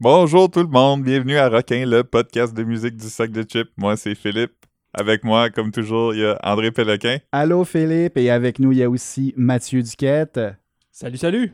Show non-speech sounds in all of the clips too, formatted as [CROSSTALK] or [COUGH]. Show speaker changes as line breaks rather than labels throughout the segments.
Bonjour tout le monde, bienvenue à Rockin, le podcast de musique du sac de chips. Moi, c'est Philippe. Avec moi, comme toujours, il y a André Péloquin.
Allô Philippe, et avec nous, il y a aussi Mathieu Duquette.
Salut, salut!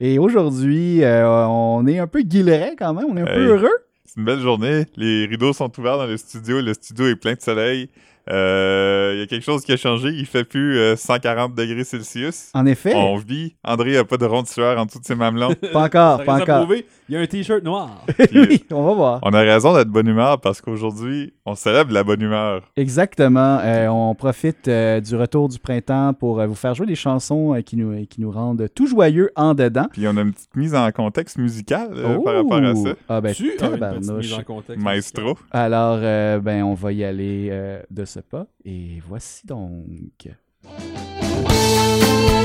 Et aujourd'hui, euh, on est un peu guilleret quand même, on est un
Hey.
peu heureux.
C'est une belle journée. Les rideaux sont ouverts dans le studio. Le studio est plein de soleil. Euh, Il y a quelque chose qui a changé. Il fait plus euh, 140 degrés Celsius.
En effet,
On vit. André a pas de rond de sueur en dessous de ses mamelons.
pas encore,
Ça
Ah, pas
reste à
encore. Ben,
prouver. Il y a un t-shirt
[LAUGHS]
noir.
Puis, euh,
oui, on va voir.
On a raison d'être bonne humeur parce qu'aujourd'hui, on célèbre la bonne humeur.
Exactement, euh, on profite euh, du retour du printemps pour euh, vous faire jouer des chansons euh, qui, nous, qui nous rendent tout joyeux en dedans.
Puis on a une petite mise en contexte musical euh, par rapport à
Ouh!
ça.
Ah ben,
tu as une petite mise
tabarnouche.
en contexte.
Maestro.
Alors, euh, ben, on va y aller euh, de ce pas. Et voici donc. Oh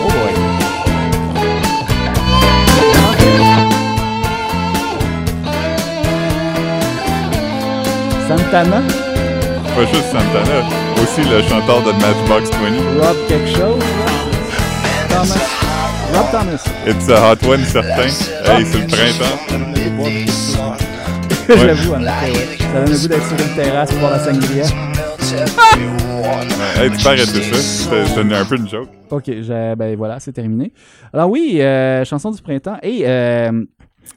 boy! Santana,
Pas juste Santana, aussi le chanteur de Matchbox 20.
Rob quelque chose. Thomas. Rob Thomas.
It's a hot one, certain. Hey, c'est le printemps. Ouais.
[LAUGHS] J'avoue, en effet, ouais. Ça donne le goût d'être sur une terrasse pour voir la sangria.
Hey, tu peux arrêter ça. C'est c'est un peu une joke.
Ok, j'ai- ben voilà, c'est terminé. Alors oui, euh, chanson du printemps. Et euh,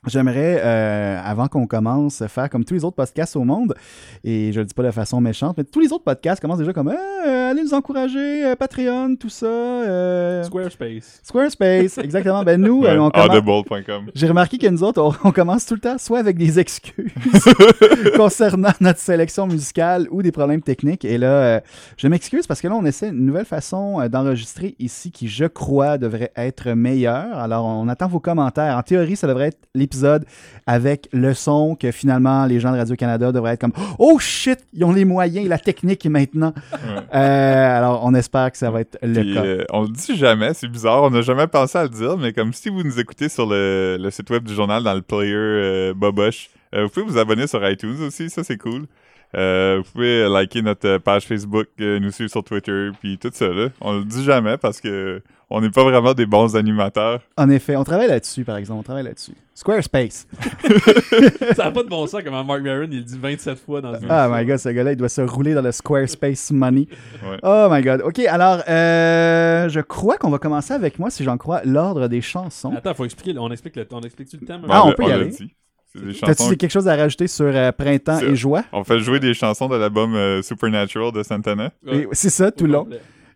j'aimerais, euh, avant qu'on commence, faire comme tous les autres podcasts au monde, et je le dis pas de façon méchante, mais tous les autres podcasts commencent déjà comme Eh, euh, allez nous encourager, euh, Patreon, tout ça.
[LAUGHS]
euh,
Squarespace.
Squarespace, exactement. Ben nous,
Ouais, Ah,
euh, on commence.
Audible.com.
J'ai remarqué que nous autres, on, on commence tout le temps soit avec des
[LAUGHS]
excuses concernant notre sélection musicale ou des problèmes techniques. Et là, euh, je m'excuse parce que là, on essaie une nouvelle façon euh, d'enregistrer ici qui, je crois, devrait être meilleure. Alors, on attend vos commentaires. En théorie, ça devrait être l'épisode avec le son que finalement, les gens de Radio-Canada devraient être comme « Oh shit! Ils ont les moyens, la technique maintenant! Euh, Alors, on espère que ça va être le
Puis,
cas.
euh, on le dit jamais, c'est bizarre, on n'a jamais pensé à le dire, mais comme si vous nous écoutez sur le, le site web du journal dans le player euh, Boboche, euh, vous pouvez vous abonner sur iTunes aussi, ça c'est cool. Euh, vous pouvez liker notre page Facebook, euh, nous suivre sur Twitter, puis tout ça là. On le dit jamais parce que on n'est pas vraiment des bons animateurs.
En effet, on travaille là-dessus, par exemple. On travaille là-dessus. Squarespace.
ça n'a pas de bon sens comment Mark Maron il le dit 27 fois dans
Mm.
une
Ah my god, ce gars-là, il doit se rouler dans le Squarespace Money.
Ouais.
Oh my god. Ok, alors, euh, je crois qu'on va commencer avec moi, si j'en crois, l'ordre des chansons.
Attends, faut expliquer. le- On explique le, on explique le thème.
Ah,
Bon,
on
le-
peut y
l'a
aller.
dit. C'est des chansons-
T'as-tu quelque chose à rajouter sur euh, Printemps
Sur-
et Joie?
On fait jouer des chansons de l'album euh, Supernatural de Santana.
Et- C'est ça, tout le long.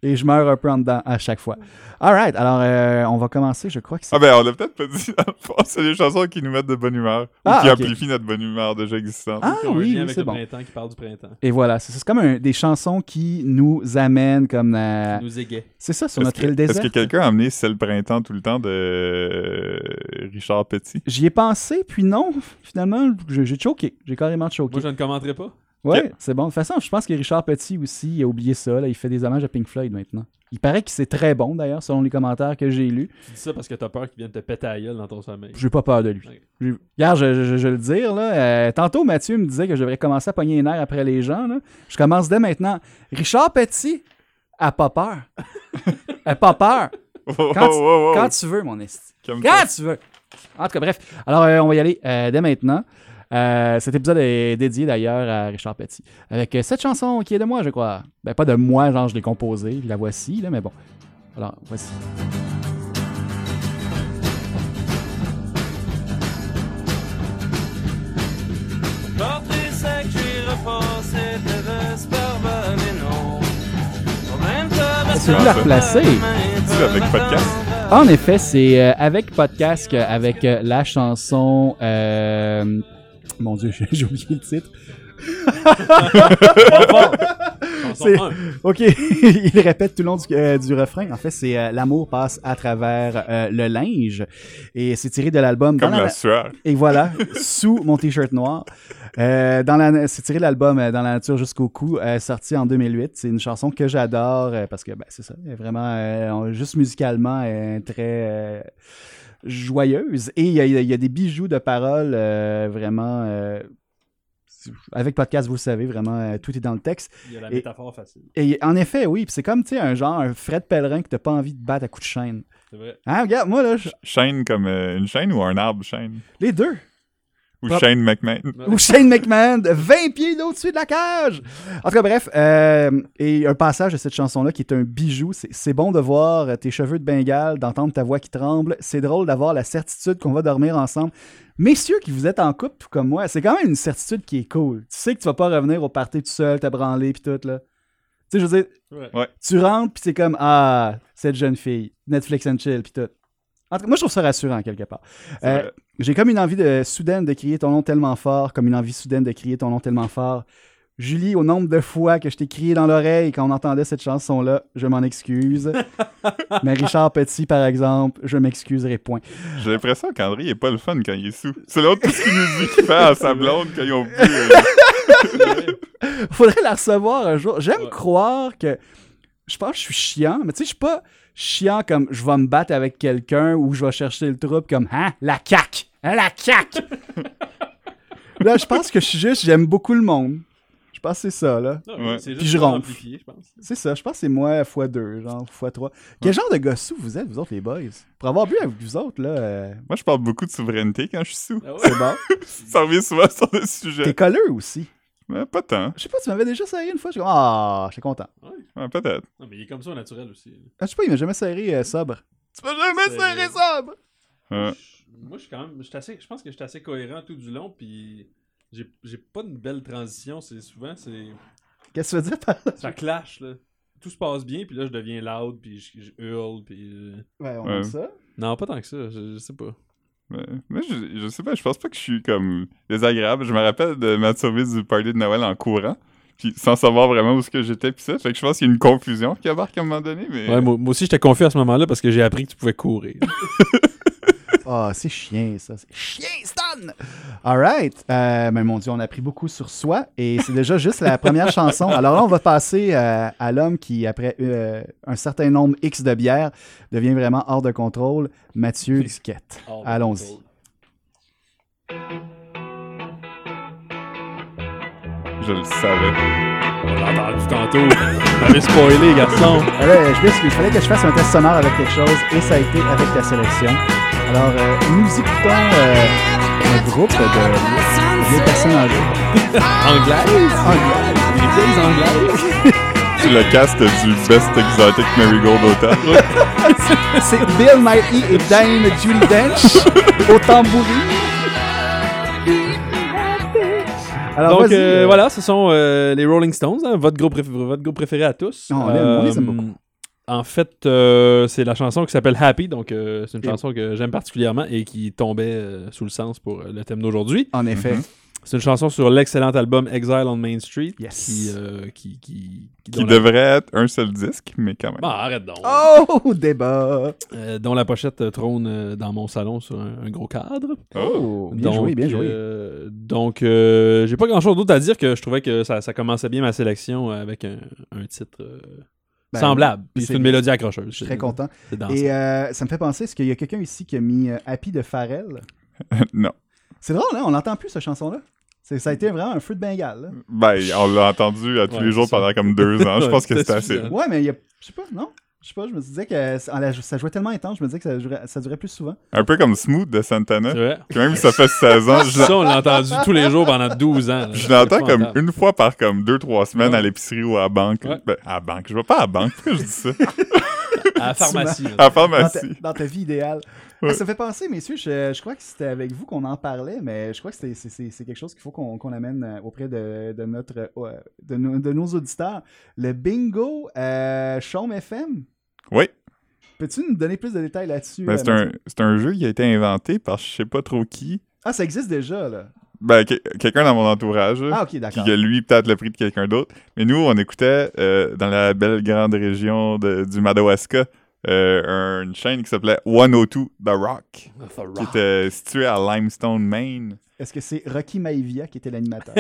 Et je meurs un peu en dedans à chaque fois. Alright, alors, euh, on va commencer, je crois que c'est...
Ah ben, on l'a peut-être pas dit. [LAUGHS] dans le fond, C'est des chansons qui nous mettent de bonne humeur.
Ah,
ou qui
ok.
amplifient notre bonne humeur déjà existante.
Ah oui, oui,
avec
c'est
le
bon.
printemps qui parle du printemps.
Et voilà, c'est c'est comme un- des chansons qui nous amènent comme... euh,
Il nous égaye.
C'est ça, sur
Est-ce
notre
que-
île déserte.
Est-ce que quelqu'un a amené C'est le printemps tout le temps de euh, Richard Petit? [LAUGHS]
J'y ai pensé, puis non, finalement, j'ai j'ai choqué. J'ai carrément choqué.
Moi, je ne commenterai pas.
Ouais,
Ok.
c'est bon. De toute façon, je pense que Richard Petit aussi, il a oublié ça. là. Il fait des hommages à Pink Floyd maintenant. Il paraît que c'est très bon d'ailleurs, selon les commentaires que j'ai lus.
Tu dis ça parce que t'as peur qu'il vienne te péter à la gueule dans ton sommeil.
J'ai pas peur de lui.
Ok.
J'ai- Regarde, je, je- je- je le dire, là. euh, tantôt, Mathieu me disait que je devrais commencer à pogner les nerfs après les gens. là. Je commence dès maintenant. Richard Petit a pas peur. a pas peur.
Oh, oh,
Quand tu-
oh, oh,
Quand tu veux, mon esti.
Calme-toi.
Quand tu veux. En tout cas, bref. Alors, euh, on va y aller euh, dès maintenant. Euh, cet épisode est dédié d'ailleurs à Richard Petit. Avec euh, cette chanson qui est de moi, je crois. Ben, pas de moi, genre, je l'ai composée. puis La voici, là, mais bon. Alors, voici.
Porter sac, j'ai repensé tes vestes par balle et non. En même temps, ma
Ah, C'est
soeur
la
me
replacer.
demande
C'est avec podcast.
En effet, c'est euh, avec podcast qu'avec euh, la chanson. euh, Mon Dieu, [LAUGHS] j'ai j'ai oublié le titre.
Chanson
C'est-
1.
OK, [LAUGHS] il répète tout le long du, euh, du refrain. En fait, c'est euh, L'amour passe à travers euh, le linge. Et c'est tiré de l'album.
Comme
Dans la-
la sueur.
Et voilà, sous mon t-shirt noir. Euh, dans la, c'est tiré de l'album euh, Dans la nature jusqu'au cou, euh, sorti en 2008. C'est une chanson que j'adore euh, parce que ben, c'est ça, elle est vraiment, euh, on- juste musicalement, elle est très euh, joyeuse. Et il y a, il y a- il y a des bijoux de paroles euh, vraiment. euh, avec podcast, vous le savez, vraiment, euh, tout est dans le texte.
Il y a la
Et-
métaphore facile.
Et en effet, oui, puis c'est comme, tu sais, un genre, un Fred Pellerin que t'as pas envie de battre à coups de chaîne.
C'est vrai.
Ah, regarde, moi, là, je-
Chaîne comme euh, une chaîne ou un arbre chaîne?
les deux.
Ou
Propre-
Shane McMahon.
Ou Shane McMahon, de 20 pieds au-dessus de la cage. En tout cas, bref, euh, et un passage de cette chanson-là qui est un bijou. C'est- C'est bon de voir tes cheveux de Bengale, d'entendre ta voix qui tremble. C'est drôle d'avoir la certitude qu'on va dormir ensemble. Messieurs qui vous êtes en couple, tout comme moi, c'est quand même une certitude qui est cool. Tu sais que tu vas pas revenir au party tout seul, t'abranler puis tout, là. Tu sais, je veux dire,
Ouais.
tu rentres puis c'est comme, ah, cette jeune fille, Netflix and chill puis tout. En tout cas, moi, je trouve ça rassurant quelque part.
C'est
Euh,
vrai.
j'ai comme une envie de, soudaine de crier ton nom tellement fort, comme une envie soudaine de crier ton nom tellement fort. Julie, au nombre de fois que je t'ai crié dans l'oreille quand on entendait cette chanson-là, je m'en excuse. Mais Richard Petit, par exemple, je m'excuserai point.
J'ai l'impression qu'André il est pas le fun quand il est sous. C'est l'autre tout ce qu'il nous dit qu'il fait à
[LAUGHS]
sa blonde quand ils ont bu. euh,
Faudrait la recevoir un jour. J'aime
Ouais.
croire que. Je pense que je suis chiant, mais tu sais, je suis pas chiant comme je vais me battre avec quelqu'un ou je vais chercher le trouble comme Hein, la cac Hein, la cac Là, je pense que je suis juste, j'aime beaucoup le monde. Je pense que c'est ça, là.
Non,
Ouais.
C'est
Puis
juste
je
pour
ronfle.
amplifier, je pense.
C'est ça, je pense que c'est moi x2, genre x3. Quel genre de gossou vous êtes, vous autres, les boys? Pour avoir bu avec vous autres, là, euh,
Moi, je parle beaucoup de souveraineté quand je suis sous.
Ah ouais?
c'est bon.
Ça revient souvent [LAUGHS] sur le sujet.
T'es colleux aussi.
Mais pas tant.
Je sais pas, tu m'avais déjà serré une fois, je suis comme, ah, je suis content.
Ouais, peut-être.
Non, mais il est comme ça au naturel aussi.
Ah, je sais pas, il m'a jamais serré euh, sobre.
Tu vas jamais
C'est-
serrer sobre! Ouais.
Je- Moi, je suis quand même. Je, suis assez, je pense que je suis assez cohérent tout du long, puis j'ai j'ai pas une belle transition. C'est souvent, c'est
Qu'est-ce que tu veux dire par là?
ça clash, là. Tout se passe bien, puis là, je deviens loud, puis je, je hurle, puis. euh,
Ouais, on
Ouais.
aime ça.
Non, pas tant que ça, je, je sais pas.
Mais, mais je, je sais pas, je pense pas que je suis comme désagréable. Je me rappelle de ma survie du party de Noël en courant, puis sans savoir vraiment où ce que j'étais, puis ça. Fait que je pense qu'il y a une confusion qui embarque à un moment donné, mais
moi, aussi, je t'ai confié à ce moment-là parce que j'ai appris que tu pouvais [LAUGHS] courir.
Ah, c'est chien, ça. C'est chien, Stan! Alright. Euh, mais mon Dieu, on a appris beaucoup sur soi et c'est déjà juste la première chanson. Alors là, on va passer euh, à l'homme qui, après euh, un certain nombre X de bières, devient vraiment hors de contrôle, Mathieu Duquette.
Oh,
Allons-y.
je le savais.
On l'a entendu tantôt. T'avais spoilé, garçon.
Alors, euh, je m'excuse, il fallait que je fasse un test sonore avec quelque chose et ça a été avec la sélection. Alors, euh, nous écoutons euh, un groupe de vieilles personnes âgées.
Anglaise?
Anglais.
Des filles anglaises?
C'est le cast du Best Exotic Marigold Hotel.
C'est Bill Nighy et Dame Julie
[LAUGHS]
Dench au tambourine. Alors,
Donc
vas-y,
euh,
euh,
voilà, ce sont euh, les Rolling Stones, hein, votre, groupe préf- votre groupe préféré à tous.
Ah,
Euh,
On l'aime, on les aime beaucoup.
En fait, euh, c'est la chanson qui s'appelle Happy, donc euh, c'est une
Et-
chanson que j'aime particulièrement et qui tombait euh, sous le sens pour euh, le thème d'aujourd'hui.
En effet.
Mhm.
C'est une chanson sur l'excellent album Exile on Main Street,
Yes.
qui, euh, qui, qui, qui-
Qui
dont la-
devrait être un seul disque, mais quand même.
Bah, arrête donc.
Oh, débat!
Euh, dont la pochette euh, trône euh, dans mon salon sur un- un gros cadre.
Oh.
Oh, bien
donc,
joué, bien joué.
euh, donc, euh, j'ai pas grand chose d'autre à dire que je trouvais que ça, ça commençait bien ma sélection avec un, un titre euh,
Ben,
semblable. Puis
c'est-
c'est une mélodie accrocheuse.
Je suis très content.
C'est dansant.
Et euh, ça me fait penser, est-ce qu'il y a quelqu'un ici qui a mis euh, Happy de Pharrell?
[LAUGHS] non.
C'est drôle, hein? On l'entend plus, cette chanson-là. C'est- Ça a été vraiment un feu de Bengale. là.
Ben, on l'a entendu à tous
Ouais,
les jours
c'est ça.
pendant comme deux
[LAUGHS]
ans. Je pense que c'était
Ouais, c'était
assez.
suffisant.
Ouais, mais il y a. Je sais pas, non? Je sais pas, je me disais que ça, la- ça jouait tellement intense, je me disais que ça durait, ça durait plus souvent.
Un peu comme Smooth de
C'est
Santana.
vrai.
Puis même si ça fait 16
[LAUGHS]
ans, je
Ça, on l'a entendu tous les jours pendant 12 ans. là.
Je l'entends
C'est
comme
épouvantable.
une fois par comme deux, trois semaines
Ouais.
à l'épicerie ou à la banque.
Ouais.
Ben, à la banque. Je vais pas à la banque. [LAUGHS] Pourquoi je dis ça?
À
[LAUGHS]
la pharmacie. là.
À la
Dans ta,
pharmacie.
dans ta vie idéale.
Bah, [LAUGHS] Ouais.
Ah, ça me fait penser, messieurs, je, je crois que c'était avec vous qu'on en parlait, mais je crois que c'était- c'est c'est- c'est quelque chose qu'il faut qu'on qu'on amène euh, auprès de, de notre, euh, de, nos, de nos auditeurs. Le bingo euh, Chaume FM.
Oui.
Peux-tu nous donner plus de détails là-dessus?
Ben,
euh,
c'est un, c'est un jeu qui a été inventé par je sais pas trop qui.
Ah, ça existe déjà, là.
Ben, que- quelqu'un dans mon entourage. là,
Ah, ok,
Qui
d'accord.
euh,
a lui peut-être le prix de quelqu'un d'autre. Mais nous, on écoutait euh, dans la belle grande région de- du Madawaska euh, une chaîne qui s'appelait 102 The Rock, qui était située à Limestone, Maine.
Est-ce que c'est Rocky Maivia qui
[LAUGHS]
était l'animateur?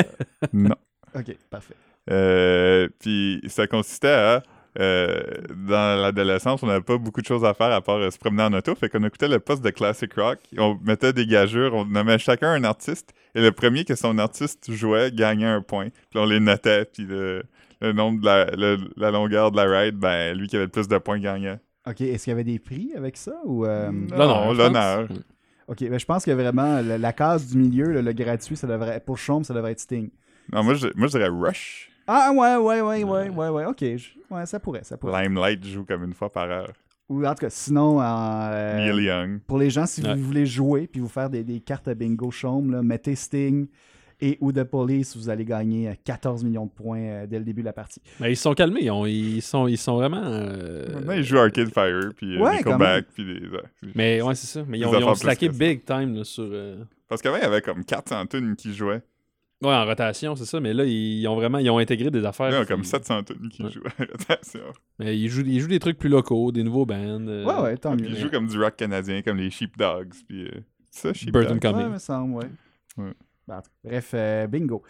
Non.
ok, parfait.
Euh, puis ça consistait à. euh, dans l'adolescence, on n'avait pas beaucoup de choses à faire à part euh, se promener en auto. Fait qu'on écoutait le poste de classic rock. On mettait des gageures, on nommait chacun un artiste. Et le premier que son artiste jouait gagnait un point. Puis on les notait. Puis le, le nombre de la, le- la longueur de la ride, ben lui qui avait le plus de points gagnait.
Ok, est-ce qu'il y avait des prix avec ça? ou euh,
Non, Oh, l'honneur.
je pense.
OK, ben, je pense que vraiment, la, la case du milieu, là, le gratuit, ça devrait, pour Chaume, ça devrait être Sting.
Non, moi, je, moi, je dirais Rush.
Ah, ouais, ouais, ouais, ouais,
Euh,
ouais, ouais, OK. je- ouais, ça pourrait, ça pourrait.
Limelight joue comme une fois par heure.
Ou en tout cas, sinon, en, euh,
Neil Young.
pour les gens, si
Ouais.
vous voulez jouer puis vous faire des, des cartes à bingo chaume, là, mettez Sting et ou de Police, vous allez gagner euh, 14 millions de points euh, dès le début de la partie.
Mais ils se sont calmés, ils, ont- ils sont, ils sont vraiment. euh,
Maintenant, il joue Arcade Fire, puis euh,
ouais, quand même.
Nickelback, puis des... ouais.
Mais ouais, c'est ça. Mais ils
Des
ont, ils ont
affaires plus
slacké
que ça.
big time là, sur. euh,
Parce qu'avant, il y avait comme 400 tunes qui jouaient.
Ouais, en rotation, c'est ça. Mais là, ils, ils ont vraiment ils ont intégré des affaires.
Là, il y a
qui-
comme 700 tunes qui
Ouais.
[LAUGHS] jouaient. Attention.
Mais ils jouent, ils jouent des trucs plus locaux, des nouveaux bands. euh,
Ouais, ouais, tant
Puis
mieux.
il joue comme du rock canadien, comme les Sheepdogs, puis... euh, Ça,
Burton
Sheepdogs.
Ouais,
Cummings.
me semble, ouais.
Ouais.
Bon, en tout cas, bref, euh, bingo.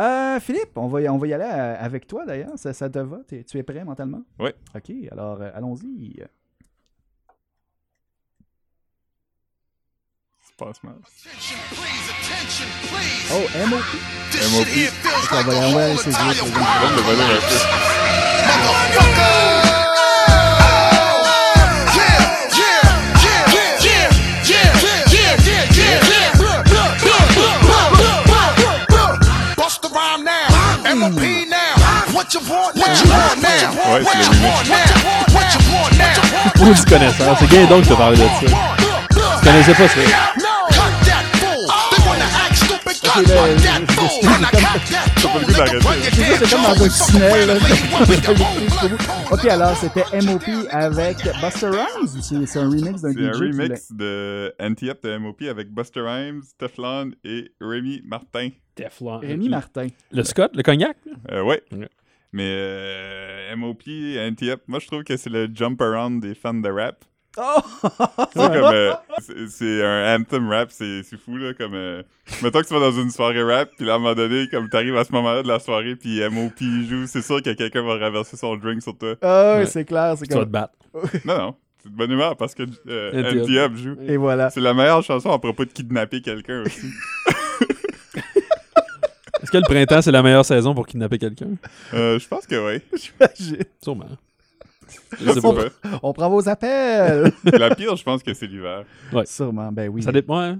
Euh, Philippe, on va, y, on va y aller euh, avec toi d'ailleurs. Ça, ça te va? T'es- tu es prêt mentalement?
Ouais.
OK, alors euh, allons-y.
Ça passe mal.
Attention, please, attention, please.
Oh, MO.
This
MOP.
shit here feels
On
like
va
a
y on va y aller
whole
ses
entire
yeux.
world.
Comme le volume un peu.
Pour du connaisseur, c'est gay donc de parler de ça. Tu
connaissais pas ça?
Ok,
là, je- je- C'est comme dans un tunnel. là. ok, alors c'était MOP avec Buster Rhymes. ou C'est c'est un remix d'un
C'est
DJ.
un
qui l'a-
remix de Anti-Up de MOP avec Buster Rhymes, Teflon et Rémi Martin.
Teflon.
Rémi
Mmh.
Martin.
Le Scott, le cognac. là.
Euh, ouais.
Ouais.
Mais euh, MOP, Anti-Up, moi je trouve que c'est le jump around des fans de rap.
Oh!
C'est comme. euh, c'est- c'est un anthem rap, c'est c'est fou là. Comme. euh, mettons que tu vas dans une soirée rap, puis là à un moment donné, comme t'arrives à ce moment-là de la soirée, puis MOP joue, c'est sûr que quelqu'un va renverser son drink sur toi.
Ah,
Ouais.
c'est clair, c'est
Tu vas te
comme.
battre.
Non, non, c'est de bonne humeur parce que
Anti-Up.
euh, Anti-Up joue.
Et voilà.
C'est la meilleure chanson à propos de kidnapper quelqu'un aussi.
Est-ce que le printemps, c'est la meilleure saison pour kidnapper quelqu'un?
Euh, je pense que oui.
[LAUGHS] J'imagine.
Sûrement.
Je sais
pas.
pas.
On prend
[LAUGHS]
vos appels.
La pire, je pense que c'est l'hiver.
Sûrement, ben oui.
Ça dépend. hein.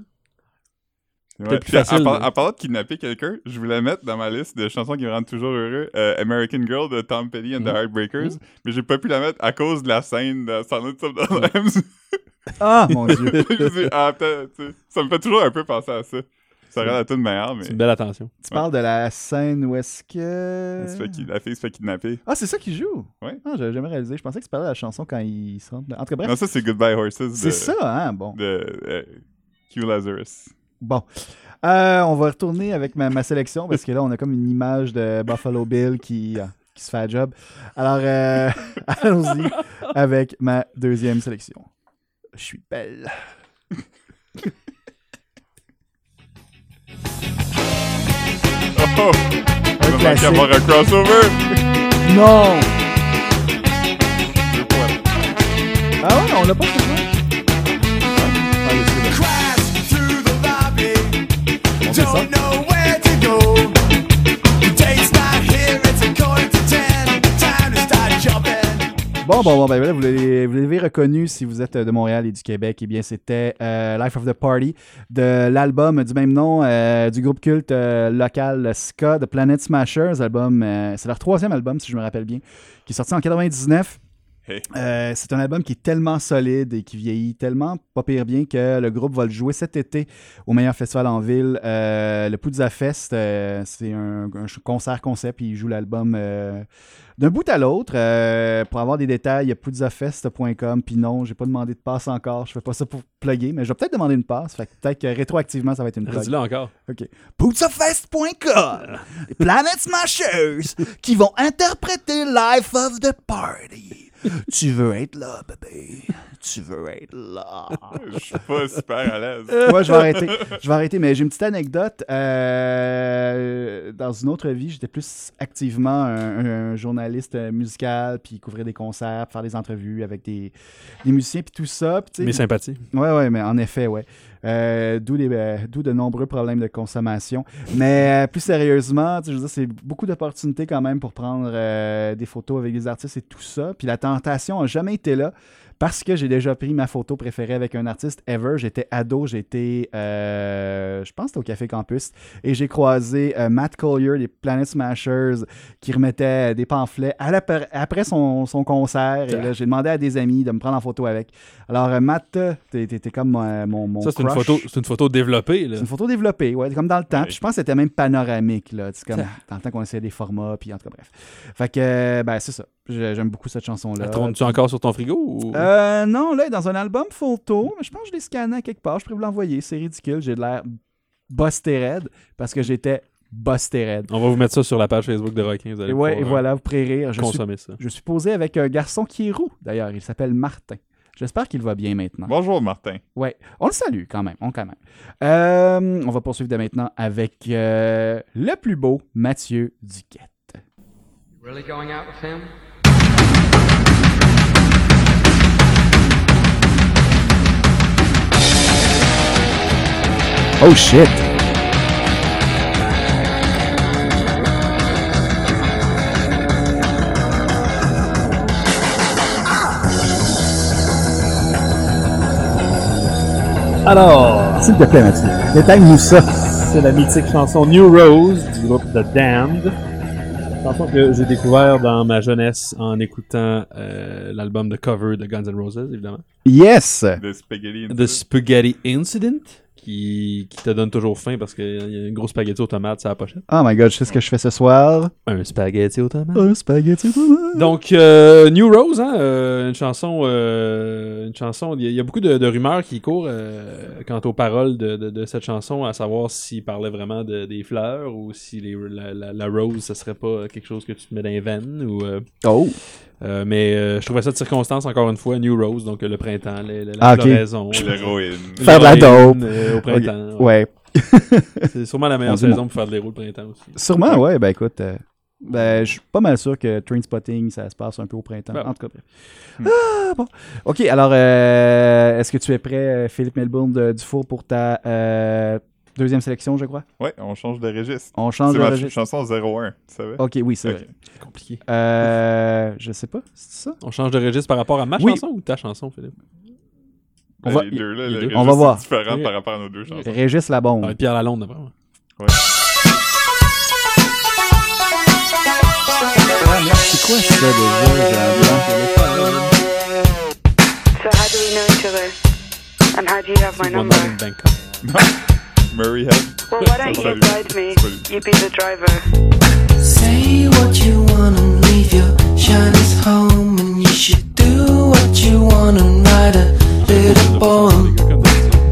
plus
Ouais. Puis à-
facile,
À, part-
là.
à parlant de kidnapper quelqu'un, je voulais mettre dans ma liste de chansons qui me rendent toujours heureux euh, American Girl de Tom Petty and the
Mm-hmm.
Mhm.
Heartbreakers, mais j'ai pas pu la mettre à cause de la scène de Silence
[LAUGHS]
of the Lambs.
Ah, mon Dieu.
[LAUGHS] Je me dis, ah, peut-être, tu sais, ça me fait toujours un peu penser à ça. Ça rend la toute meilleure, mais
C'est une belle attention.
Tu parles de la scène où est-ce que.
elle
Euh.
se fait kid- la fille se fait kidnapper.
Ah, c'est ça qui joue?
Ouais.
Ah, j'avais jamais réalisé. Je pensais que tu parlais de la chanson quand il sort. En tout cas, bref.
Non, ça c'est Goodbye Horses de,
c'est ça, hein? Bon.
de euh, Q Lazarus.
Bon. Euh, on va retourner avec ma, ma sélection parce que là, on a comme une image de Buffalo Bill qui, euh, qui se fait la job. Alors, euh, [LAUGHS] allons-y avec ma deuxième sélection. Je suis belle.
Oh!
Un
Il va
classique.
avoir un crossover!
Non!
Deux points.
Ah ouais, on l'a pas fait ça? Ah, le suivant. On fait ça. Bon, bon, bon, ben voilà, vous l'avez vous l'avez reconnu si vous êtes euh, de Montréal et du Québec. Eh bien, c'était euh, Life of the Party de l'album du même nom euh, du groupe culte euh, local Ska, The Planet Smashers. Album, euh, c'est leur troisième album, si je me rappelle bien, qui est sorti en 99.
Hey.
Euh, c'est un album qui est tellement solide et qui vieillit tellement pas pire bien que le groupe va le jouer cet été au meilleur festival en ville, euh, le Pouza Fest. euh, c'est un, un ch- concert concept. Ils jouent l'album euh, d'un bout à l'autre. Euh, pour avoir des détails, il y a poudzafest.com. Puis non, j'ai pas demandé de passe encore. Je fais pas ça pour plugger, mais je vais peut-être demander une passe. Fait que peut-être que rétroactivement, ça va être une plug.
Rendu là encore.
OK. Poutzafest.com. Les Planet Smashers qui vont interpréter Life of the Party. Tu veux être là, bébé. Tu veux être là.
Je suis pas super à l'aise.
Ouais, je vais arrêter. Je vais arrêter, mais j'ai une petite anecdote. Euh, dans une autre vie, j'étais plus activement un, un journaliste euh, musical, puis couvrir des concerts, faire des entrevues avec des, des musiciens, puis tout ça. puis tu sais,
Mes sympathies.
Ouais, ouais, mais en effet, ouais. Euh, d'où, les, euh, d'où de nombreux problèmes de consommation. Mais euh, plus sérieusement, tu sais, je veux dire, c'est beaucoup d'opportunités quand même pour prendre euh, des photos avec des artistes et tout ça. Puis la tentation n'a jamais été là. Parce que j'ai déjà pris ma photo préférée avec un artiste ever. J'étais ado, j'étais, euh, je pense, que c'était au Café Campus. Et j'ai croisé euh, Matt Collier des Planet Smashers qui remettait des pamphlets à la per- après son, son concert. Et là, j'ai demandé à des amis de me prendre en photo avec. Alors, euh, Matt, t'es, t'es- t'es comme mon, mon, mon
Ça, c'est une,
crush.
photo, c'est une photo développée. Là.
C'est une photo développée, ouais, comme dans le temps.
Ouais.
Puis je pense que c'était même panoramique, là. tu sais, comme [LAUGHS] dans le temps qu'on essayait des formats, puis en tout cas, bref. Fait que, euh, ben, c'est ça. Je- J'aime beaucoup cette chanson-là.
La trônes-tu encore sur ton frigo? Ou...
Euh, non, là, elle est dans un album photo, mais je pense que je l'ai scanné à quelque part. Je pourrais vous l'envoyer. C'est ridicule. J'ai de l'air busté raide parce que j'étais busté raide.
On va vous mettre ça sur la page Facebook de Rockin. Vous
Et
allez
ouais, et
pouvoir, euh,
voilà, vous pourrez rire. Je suis,
consommer ça.
je suis posé avec un garçon qui est roux, d'ailleurs. Il s'appelle Martin. J'espère qu'il va bien maintenant.
Bonjour, Martin.
Ouais, on le salue quand même, on quand même. Euh, on va poursuivre de maintenant avec euh, le plus beau Mathieu Duquette.
Really going out with him?
Oh shit!
Alors,
S'il te plaît Mathieu, détaille-nous ça.
c'est la mythique chanson New Rose du groupe The Damned. Chanson que j'ai découvert dans ma jeunesse en écoutant euh, l'album de cover de Guns N' Roses, évidemment.
Yes!
De spaghetti. and
The
stuff.
Spaghetti Incident, qui, qui te donne toujours faim parce qu'il y a une grosse spaghetti aux tomates sur la pochette.
Oh my god, je sais ce que je fais ce soir.
Un spaghetti aux tomates.
Un spaghetti
Donc, euh, New Rose, hein, euh, une chanson, euh, une chanson. Il y, a- il y a beaucoup de, de rumeurs qui courent euh, quant aux paroles de, de- de cette chanson, à savoir s'il parlait vraiment de- des fleurs ou si les- la, la- la rose, ça serait pas quelque chose que tu te mets dans les veines. Ou, euh,
Oh!
euh, mais euh, je trouvais ça de circonstance encore une fois, New Rose, donc euh, le printemps, la, la, la
Ah, ok.
floraison,
L'héroïne.
Faire de la
l'héroïne,
dope.
euh, au printemps. ouais.
Ouais, Ah,
C'est sûrement la meilleure
On dit non.
saison pour faire de l'héros le printemps aussi.
sûrement, ouais, ben écoute. euh, ben, je suis pas mal sûr que Train Spotting, ça se passe un peu au printemps.
Bon.
En tout cas, bref. Ah, bon. Ok, alors, euh, est-ce que tu es prêt, euh, Philippe Melbourne de- Dufour, pour ta euh, deuxième sélection, je crois?
Ouais, on change de registre.
On change
C'est
de
ma
registre.
chanson 01, tu savais?
Ok, oui, c'est
Ok.
vrai.
C'est compliqué.
Euh, je sais pas, c'est ça?
On change de registre par rapport à ma
Oui.
chanson ou ta chanson, Philippe?
On
Ben,
va-
les deux, là, le
les deux.
registre
On va
est
voir.
différent
Ok.
par rapport à nos deux chansons.
Régis la
Ça va être
bombe.
Pierre Lalonde, d'après moi.
Ah, C'est quoi ça déjà?
So how do we know each other? And how do you have my
One
number?
Night in
[LAUGHS]
Bangkok.
Murray Head.
Well, why don't
Sorry.
you guide me?
Sorry.
You be the driver.
Say what you want and leave your shyness home. And you should do what you want and ride a little poem.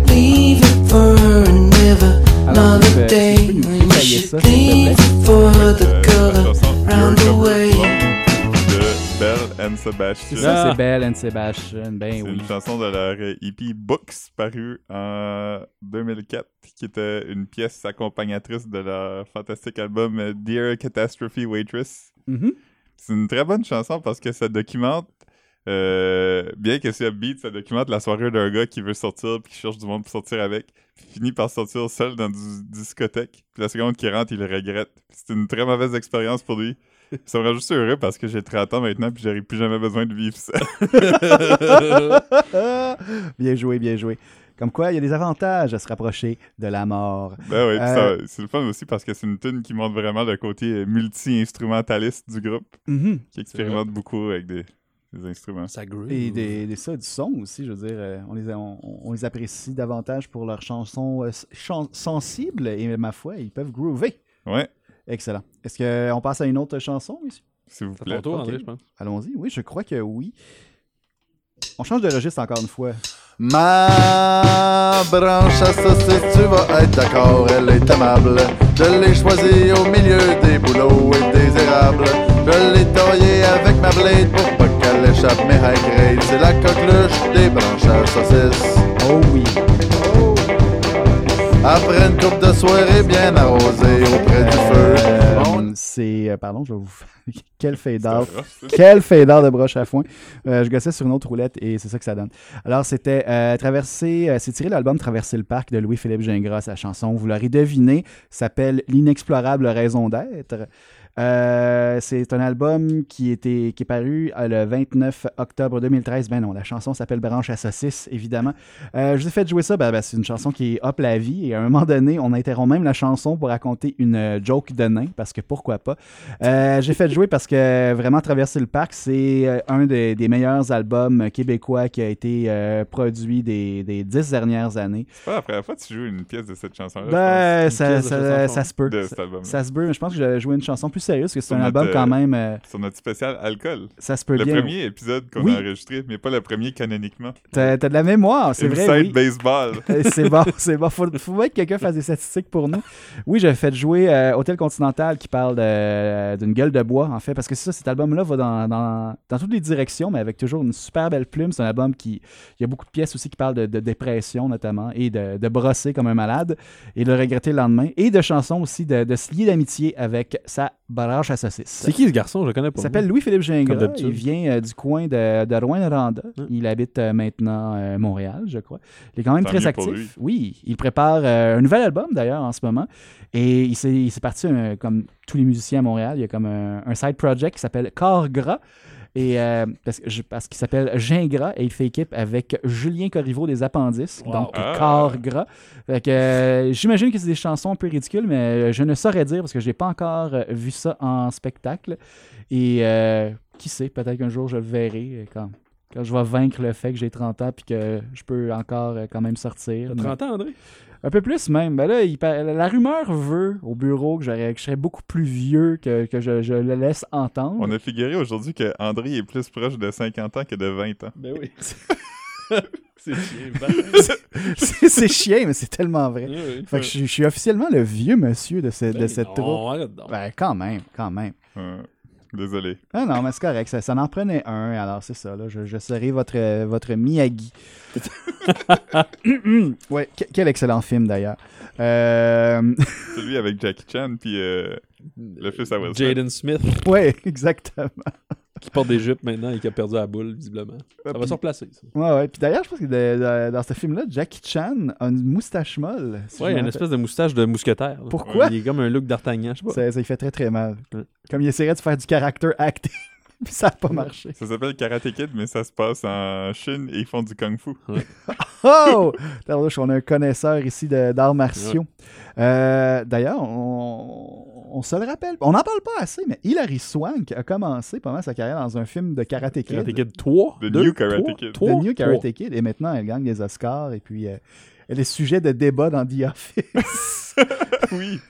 Leave it for her and never
Alors, Philippe,
another
euh,
day.
tu peux nous
And you
détailler ça,
should
s'il te plaît?
leave it for the
Euh, la
color
chanson Your
round the
Cover
way.
de Belle and Sebastian.
ça.
Ça,
Ah.
c'est Belle and Sebastian. Ben
C'est
oui.
une chanson de leur euh, EP Books parue en 2004, qui était une pièce accompagnatrice de leur fantastique album euh, Dear Catastrophe Waitress.
Mhm.
C'est une très bonne chanson parce que ça documente, euh, bien que c'est upbeat, ça documente la soirée d'un gars qui veut sortir puis qui cherche du monde pour sortir avec, puis finit par sortir seul dans une discothèque. Puis la seconde qu'il rentre, il le regrette. Puis C'est une très mauvaise expérience pour lui. Ça me rend juste heureux parce que j'ai 30 ans maintenant puis j'aurai plus jamais besoin de vivre ça.
Ah, bien joué, bien joué. Comme quoi, il y a des avantages à se rapprocher de la mort.
Ben oui, pis ça-
Euh,
c'est le fun aussi parce que c'est une tune qui montre vraiment le côté euh, multi-instrumentaliste du groupe,
Mhm.
qui expérimente beaucoup avec des, des instruments.
[LAUGHS] Ça groove.
Mmh.
Et des, des- ça, du son aussi, je veux dire, euh, on les, a- on, on les apprécie davantage pour leurs chansons euh, s- chan- sensibles et ma foi, ils peuvent groover.
Ouais,
Excellent. Est-ce qu'on passe à une autre chanson, messieurs?
s'il vous
C'est
plaît.
ton tour,
ok.
André, je pense.
Allons-y. Oui, je crois que oui. On change de registre encore une fois.
Ma branche à saucisses, tu vas être d'accord, elle est aimable. Je l'ai choisie au milieu des bouleaux et des érables. Je l'ai taillée avec ma blade pour pas qu'elle échappe mes high grades. C'est la coqueluche des branches à saucisses.
Oh oui.
Après une coupe de soirée bien arrosée auprès du feu,
Euh,
on
C'est. euh, pardon, je vais vous. faire- [LAUGHS] Quel fade
C'est
out.
rough, ça.
[LAUGHS] Quel d'art de broche à foin. Euh, je gossais sur une autre roulette et c'est ça que ça donne. Alors, c'était euh, Traverser. euh, c'est tiré de l'album Traverser le parc de Louis-Philippe Gingras. Sa chanson, vous l'aurez deviné, s'appelle L'inexplorable raison d'être. Euh, c'est un album qui, était, qui est paru euh, le 29 octobre 2013. Ben non, la chanson s'appelle Branche à saucisse, évidemment. Euh, je vous ai fait jouer ça, ben, ben, c'est une chanson qui est hop la vie. Et à un moment donné, on interrompt même la chanson pour raconter une euh, joke de nain, parce que pourquoi pas. Euh, J'ai fait jouer parce que vraiment, Traverser le parc, c'est euh, un des, des meilleurs albums québécois qui a été euh, produit des, des dix dernières années.
C'est pas la première fois que tu joues une pièce de cette chanson-là. je
Ben,
pense. Une
ça,
pièce de
ça-
cette chanson.
ça se peut.
De
Ben, Ça,
cet album-là.
ça se peut, mais je pense que j'avais joué une chanson plus sérieuse, parce que c'est
Sur
un
notre,
album quand
euh,
même. euh,
Sur notre spécial alcool.
Ça se peut
le
bien.
Le premier épisode qu'on
Oui.
a enregistré, mais pas le premier canoniquement.
T'as t'as de la mémoire, c'est
Inside
vrai. oui.
baseball.
[LAUGHS] Euh, c'est bon, c'est bon. Faut, faut bien que quelqu'un fasse des statistiques pour nous. Oui, j'ai fait jouer euh, Hôtel Continental qui parle de- euh, d'une gueule de bois, en fait, parce que c'est ça, cet album-là va dans, dans- dans toutes les directions, mais avec toujours une super belle plume. C'est un album qui. Il y a beaucoup de pièces aussi qui parlent de, de dépression, notamment, et de, de brosser comme un malade, et de le regretter le lendemain, et de chansons aussi, de, de se lier d'amitié avec sa barrage à saucisse.
C'est qui ce garçon? Je le connais pas.
Il s'appelle Louis-Philippe
Comme
Gingras.
d'habitude. Ah.
Il vient euh, du coin de, de Rouen-Randa. Il habite euh, maintenant euh, Montréal, je crois. Il est quand même
Tant
très
mieux pour
actif. Oui, il prépare euh, un nouvel album d'ailleurs en ce moment. Et il s'est il s'est parti, euh, comme tous les musiciens à Montréal, il y a comme un, un side project qui s'appelle Corps Gras. Et euh, parce, que je- parce qu'il s'appelle Gingras et il fait équipe avec Julien Corriveau des Appendices,
Wow.
donc
Ah.
Corps Gras. Fait que, euh, j'imagine que c'est des chansons un peu ridicules, mais euh, je ne saurais dire parce que je n'ai pas encore euh, vu ça en spectacle. Et euh, qui sait, peut-être qu'un jour je le verrai euh, quand, quand je vais vaincre le fait que j'ai 30 ans puis que je peux encore euh, quand même sortir.
T'as
Mais-
30 ans, André?
un peu plus même. Ben là, il par- la rumeur veut au bureau que, j'aurais- que je serais beaucoup plus vieux que, que je, je le laisse entendre.
On a figuré aujourd'hui que André est plus proche de 50 ans que de 20 ans.
Ben [LAUGHS] oui. c'est chiant. ben.
[LAUGHS] c'est c'est chiant, mais c'est tellement vrai.
Oui, oui.
Fait que je, je suis officiellement le vieux monsieur de, ce- de
Ben
cette
non,
troupe.
arrête donc.
Ben, quand même, quand même.
Euh, Désolé.
Ah non, mais c'est correct, ça, ça en prenait un, alors c'est ça, là, je, je serai votre, euh, votre Miyagi. [COUGHS] ouais, que- quel excellent film d'ailleurs. Euh... [LAUGHS]
Celui avec Jackie Chan puis euh, le fils à Will Smith.
Jaden Smith,
ouais, exactement.
qui porte des jupes maintenant et qui a perdu la boule, visiblement. Ça va
puis-
se replacer, ça.
Ouais, ouais. Puis d'ailleurs, je pense que de- de- dans ce film-là, Jackie Chan a une moustache molle. si
Ouais,
je me
il a une
rappelle.
espèce de moustache de mousquetaire. là.
Pourquoi?
Il est comme un look d'Artagnan, je sais pas.
Ça, ça lui fait très très mal. Comme il essaierait de faire du character acting, [LAUGHS] puis ça n'a pas marché.
Ça s'appelle Karate Kid, mais ça se passe en Chine et ils font du Kung Fu.
Oh! Tabarnouche, on a un connaisseur ici de- d'arts martiaux.
Ouais.
Euh, D'ailleurs, on, on se le rappelle. On n'en parle pas assez, mais Hilary Swank a commencé pendant sa carrière dans un film de Karate Kid.
Karate Kid 3,
The
deux,
New Karate
trois,
Kid.
The
trois,
New
trois.
Karate Kid. Et maintenant, elle gagne des Oscars. Et puis, euh, elle est sujet de débat dans The
[LAUGHS]
Office.
oui.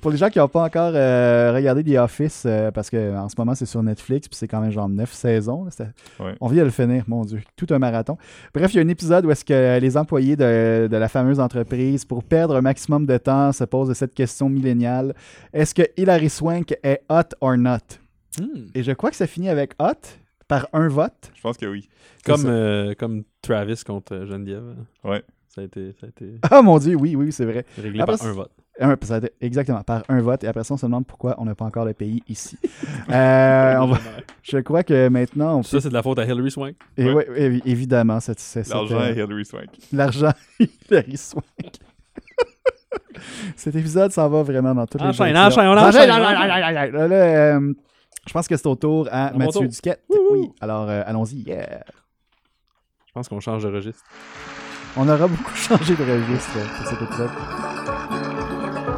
Pour les gens qui n'ont pas encore euh, regardé The Office, euh, parce que en ce moment c'est sur Netflix, puis c'est quand même genre 9 saisons. là, c'est-
Ouais.
On vient de le finir, mon Dieu. Tout un marathon. Bref, il y a un épisode où est-ce que les employés de, de la fameuse entreprise, pour perdre un maximum de temps, se posent cette question milléniale. Est-ce que Hilary Swank est hot or not?
Hmm.
Et je crois que ça finit avec hot par un vote. [LAUGHS]
Je pense que oui.
Comme,
ça.
euh, comme Travis contre euh, Geneviève.
Ouais.
Ça a été, ça a été
Ah mon Dieu, oui, oui, oui, c'est vrai.
réglé
Après,
par un vote.
Un- ça a été- exactement, par un vote. Et après ça, on se demande pourquoi on n'a pas encore le pays ici. Euh, on va- je crois que maintenant, on peut-
Ça, c'est de la faute à Hillary Swank.
Et ouais, évi- évidemment, ça, c'est ça,
L'argent
euh,
et Hilary Swank.
L'argent [LAUGHS] et Hilary Swank. [LAUGHS] Cet épisode s'en va vraiment dans toutes
Enchaîne,
les directions.
enchaîne, on enchaîne,
Enchaîne,
enchaîne.
enchaîne, enchaîne, enchaîne. Là, là, euh, je pense que c'est au tour à
À mon
Mathieu
tour.
Duquette. Oui, alors euh, allons-y. Yeah.
Je pense qu'on change de registre.
On aura beaucoup [LAUGHS] changé de registre euh, pour cet épisode.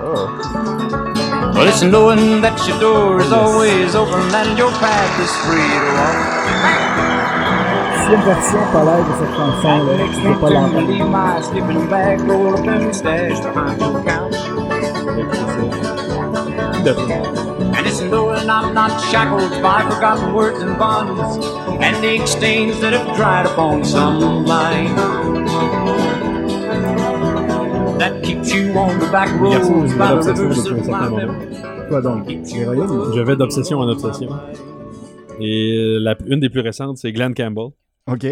Oh. Well, it's knowing that your door is always open and your path is free to walk.
Si une version pas l'air de cette chanson-là, je peux pas
to
l'entendre.
leave my sleeping bag rolled up in the stash behind your couch. And it's knowing I'm not shackled by forgotten words and bonds and the stains that have dried upon some line. That keeps you on the back
Oh,
Garçon,
roads
j'ai
by
une
the
obsession
rivers
depuis un
of
certain
my
moment.
memory.
Quoi donc?
Je vais d'obsession en obsession.
Et euh, la- une des plus récentes, c'est Glenn Campbell.
OK.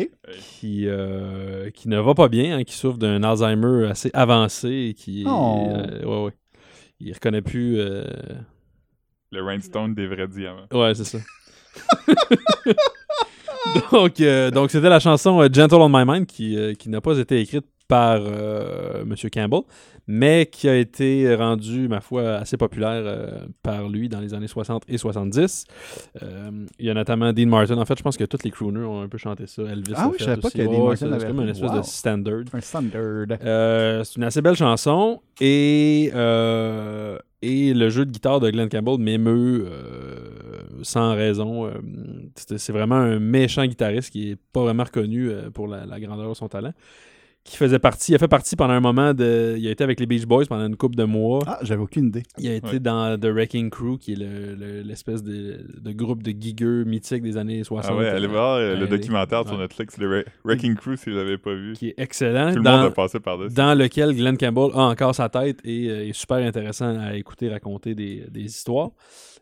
Qui, euh, qui ne va pas bien, hein, qui souffre d'un Alzheimer assez avancé et qui.
Oh.
euh, ouais, ouais. Il reconnaît plus. euh,
Le rhinestone des vrais diamants.
Ouais, c'est ça. [LAUGHS] donc, euh, donc c'était la chanson euh, Gentle on My Mind qui, euh, qui n'a pas été écrite par euh, M. Campbell, mais qui a été rendu, ma foi, assez populaire euh, par lui dans les années 60 et 70. Euh, il y a notamment Dean Martin. En fait, je pense que tous les crooners ont un peu chanté ça. Elvis
Ah
l'a
oui, je
fait
savais pas
aussi.
que Dean
Ouais, ouais,
Martin
c'est-
avait-
C'est comme une espèce
Wow.
de standard.
Un standard.
Euh, c'est une assez belle chanson et, euh, et le jeu de guitare de Glenn Campbell m'émeut euh, sans raison. Euh, c'est c'est vraiment un méchant guitariste qui est pas vraiment reconnu euh, pour la, la grandeur de son talent. Qui faisait partie, il a fait partie pendant un moment de. Il a été avec les Beach Boys pendant une couple de mois.
Ah, j'avais aucune idée.
Il a été
Ouais.
dans The Wrecking Crew, qui est le- le- l'espèce de, de groupe de gigueux mythique des années 60.
Ah ouais, allez voir euh,
Ouais,
le documentaire sur
ouais.
Netflix, le Wre- Wrecking Crew, si vous l'avez pas vu.
Qui est excellent.
Tout le
dans,
monde a passé par-dessus.
Dans lequel Glenn Campbell a encore sa tête et euh, est super intéressant à écouter raconter des, des histoires.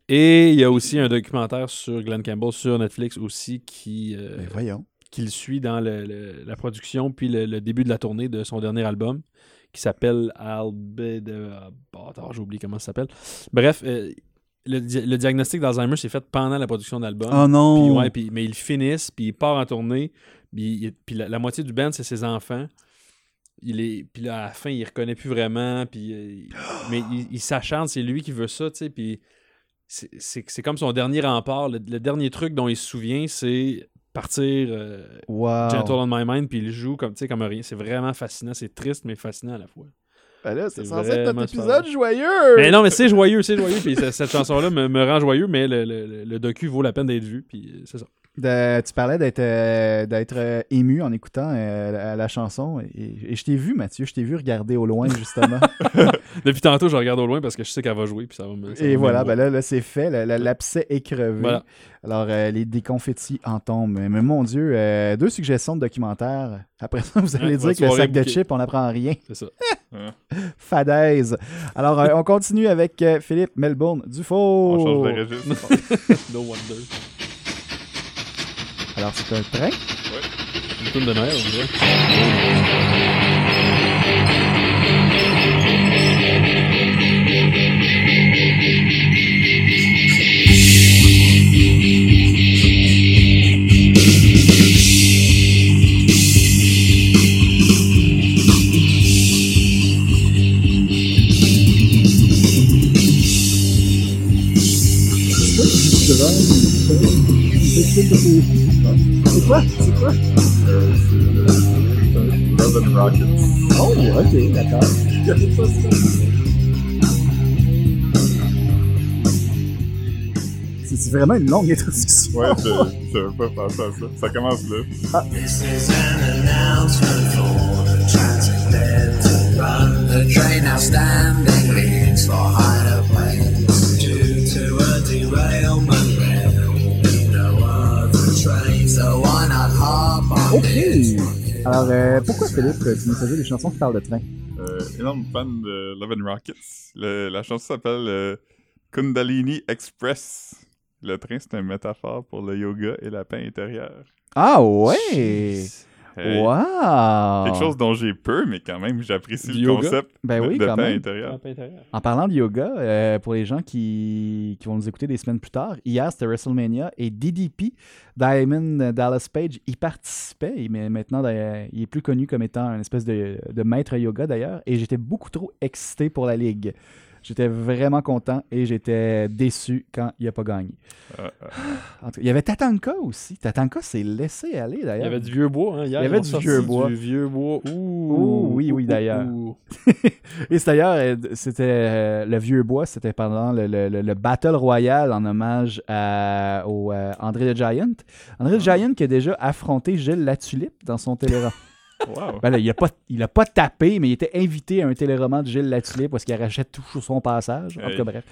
Et il y a aussi un documentaire sur Glenn Campbell sur Netflix aussi qui, euh,
voyons.
qui le suit dans le- le- la production puis le, le début de la tournée de son dernier album qui s'appelle Albed. Bon, oh, attends, j'ai oublié comment ça s'appelle. Bref. euh, le, di- le diagnostic d'Alzheimer s'est fait pendant la production de l'album.
Oh non!
ah, Puis ouais, puis- mais ils finissent, puis il part en tournée, puis, il- puis la, la moitié du band, c'est ses enfants. Il est, puis là, à la fin, il reconnaît plus vraiment, puis euh,
[GASPS]
il- mais il, il s'acharne, c'est lui qui veut ça, tu sais, puis c'est- c'est c'est comme son dernier rempart. Le, le dernier truc dont il se souvient, c'est partir euh,
Wow.
Gentle on My Mind, puis il joue comme, tu sais, comme rien. C'est vraiment fascinant, c'est triste, mais fascinant à la fois.
Ben là, c'est
C'est
censé être
vraiment Ben-
notre
super.
épisode joyeux!
Mais non, mais c'est joyeux, c'est joyeux, puis cette, cette chanson-là me, me rend joyeux, mais le, le- le- le docu vaut la peine d'être vu, puis euh, c'est ça.
De- tu parlais d'être euh, d'être euh, ému en écoutant euh, la, la chanson et, et je t'ai vu Mathieu, je t'ai vu regarder au loin
[LAUGHS]
justement.
Depuis tantôt, je regarde au loin parce que je sais qu'elle va jouer. Puis ça va me, ça va
et
me
voilà, ben
voir.
là, là, c'est fait, le- le- l'abcès est crevé.
Voilà.
Alors euh, les déconfettis en tombent. Mais mon Dieu, euh, deux suggestions de documentaires. Après ça, vous
Ouais,
allez
pour la
dire que le
soirée
sac de
bouquet.
chips, on n'apprend rien.
C'est ça.
Fadaise. Alors euh, on continue avec euh, Philippe Melbourne Dufault.
On change de registre.
no wonder.
Alors c'est un train.
Une toune de Noël, on dirait.
C'est quoi? C'est quoi? Oh, ok, d'accord.
C'est vraiment une longue
[LAUGHS]
introduction.
Ouais, je je savais pas penser à ça. Ça commence là.
This is an announcement for the transcendental run. The train outstanding leaves for higher planes. Due to a derailment, there will be no other train, so why not hop on
Ok.
this?
Alors euh, pourquoi Philippe, tu nous faisais des chansons qui parlent de train?
Euh, énorme fan de Love and Rockets. Le- la chanson s'appelle euh, Kundalini Express. Le train, c'est une métaphore pour le yoga et la paix intérieure. Euh,
Ah ouais!
Hey.
Wow!
Quelque chose dont j'ai peu, mais quand même, j'apprécie
Du
le
yoga?
concept
Ah. Ben
de,
oui,
de
quand
paix
même.
intérieure.
En parlant de yoga, euh, pour les gens qui, qui vont nous écouter des semaines plus tard, hier c'était WrestleMania et DDP, Diamond euh, Dallas Page, y participait, mais maintenant d'ailleurs, il est plus connu comme étant un espèce de, de maître yoga d'ailleurs, et j'étais beaucoup trop excité pour la ligue. J'étais vraiment content et j'étais déçu quand il n'a pas gagné.
Euh,
En tout cas, il y avait Tatanka aussi. Tatanka s'est laissé aller d'ailleurs.
Il y avait du vieux bois, hein, hier.
Il y
ils
avait
ont
du
sorti
vieux bois.
Du vieux bois. Ouh.
Oh, oui,
Ouh,
oui,
ouh,
d'ailleurs.
ouh.
Et c'est d'ailleurs, euh, c'était euh, le vieux bois, c'était pendant le, le- le- le Battle Royale en hommage à, au euh, André the Giant. André the Giant qui a déjà affronté Gilles Latulippe dans son téléroman. [LAUGHS]
Wow.
Ben là, il a pas, il a pas tapé, mais il était invité à un téléroman de Gilles Latulippe parce qu'il arrachait tout sur son passage. En tout cas,
Hey.
bref.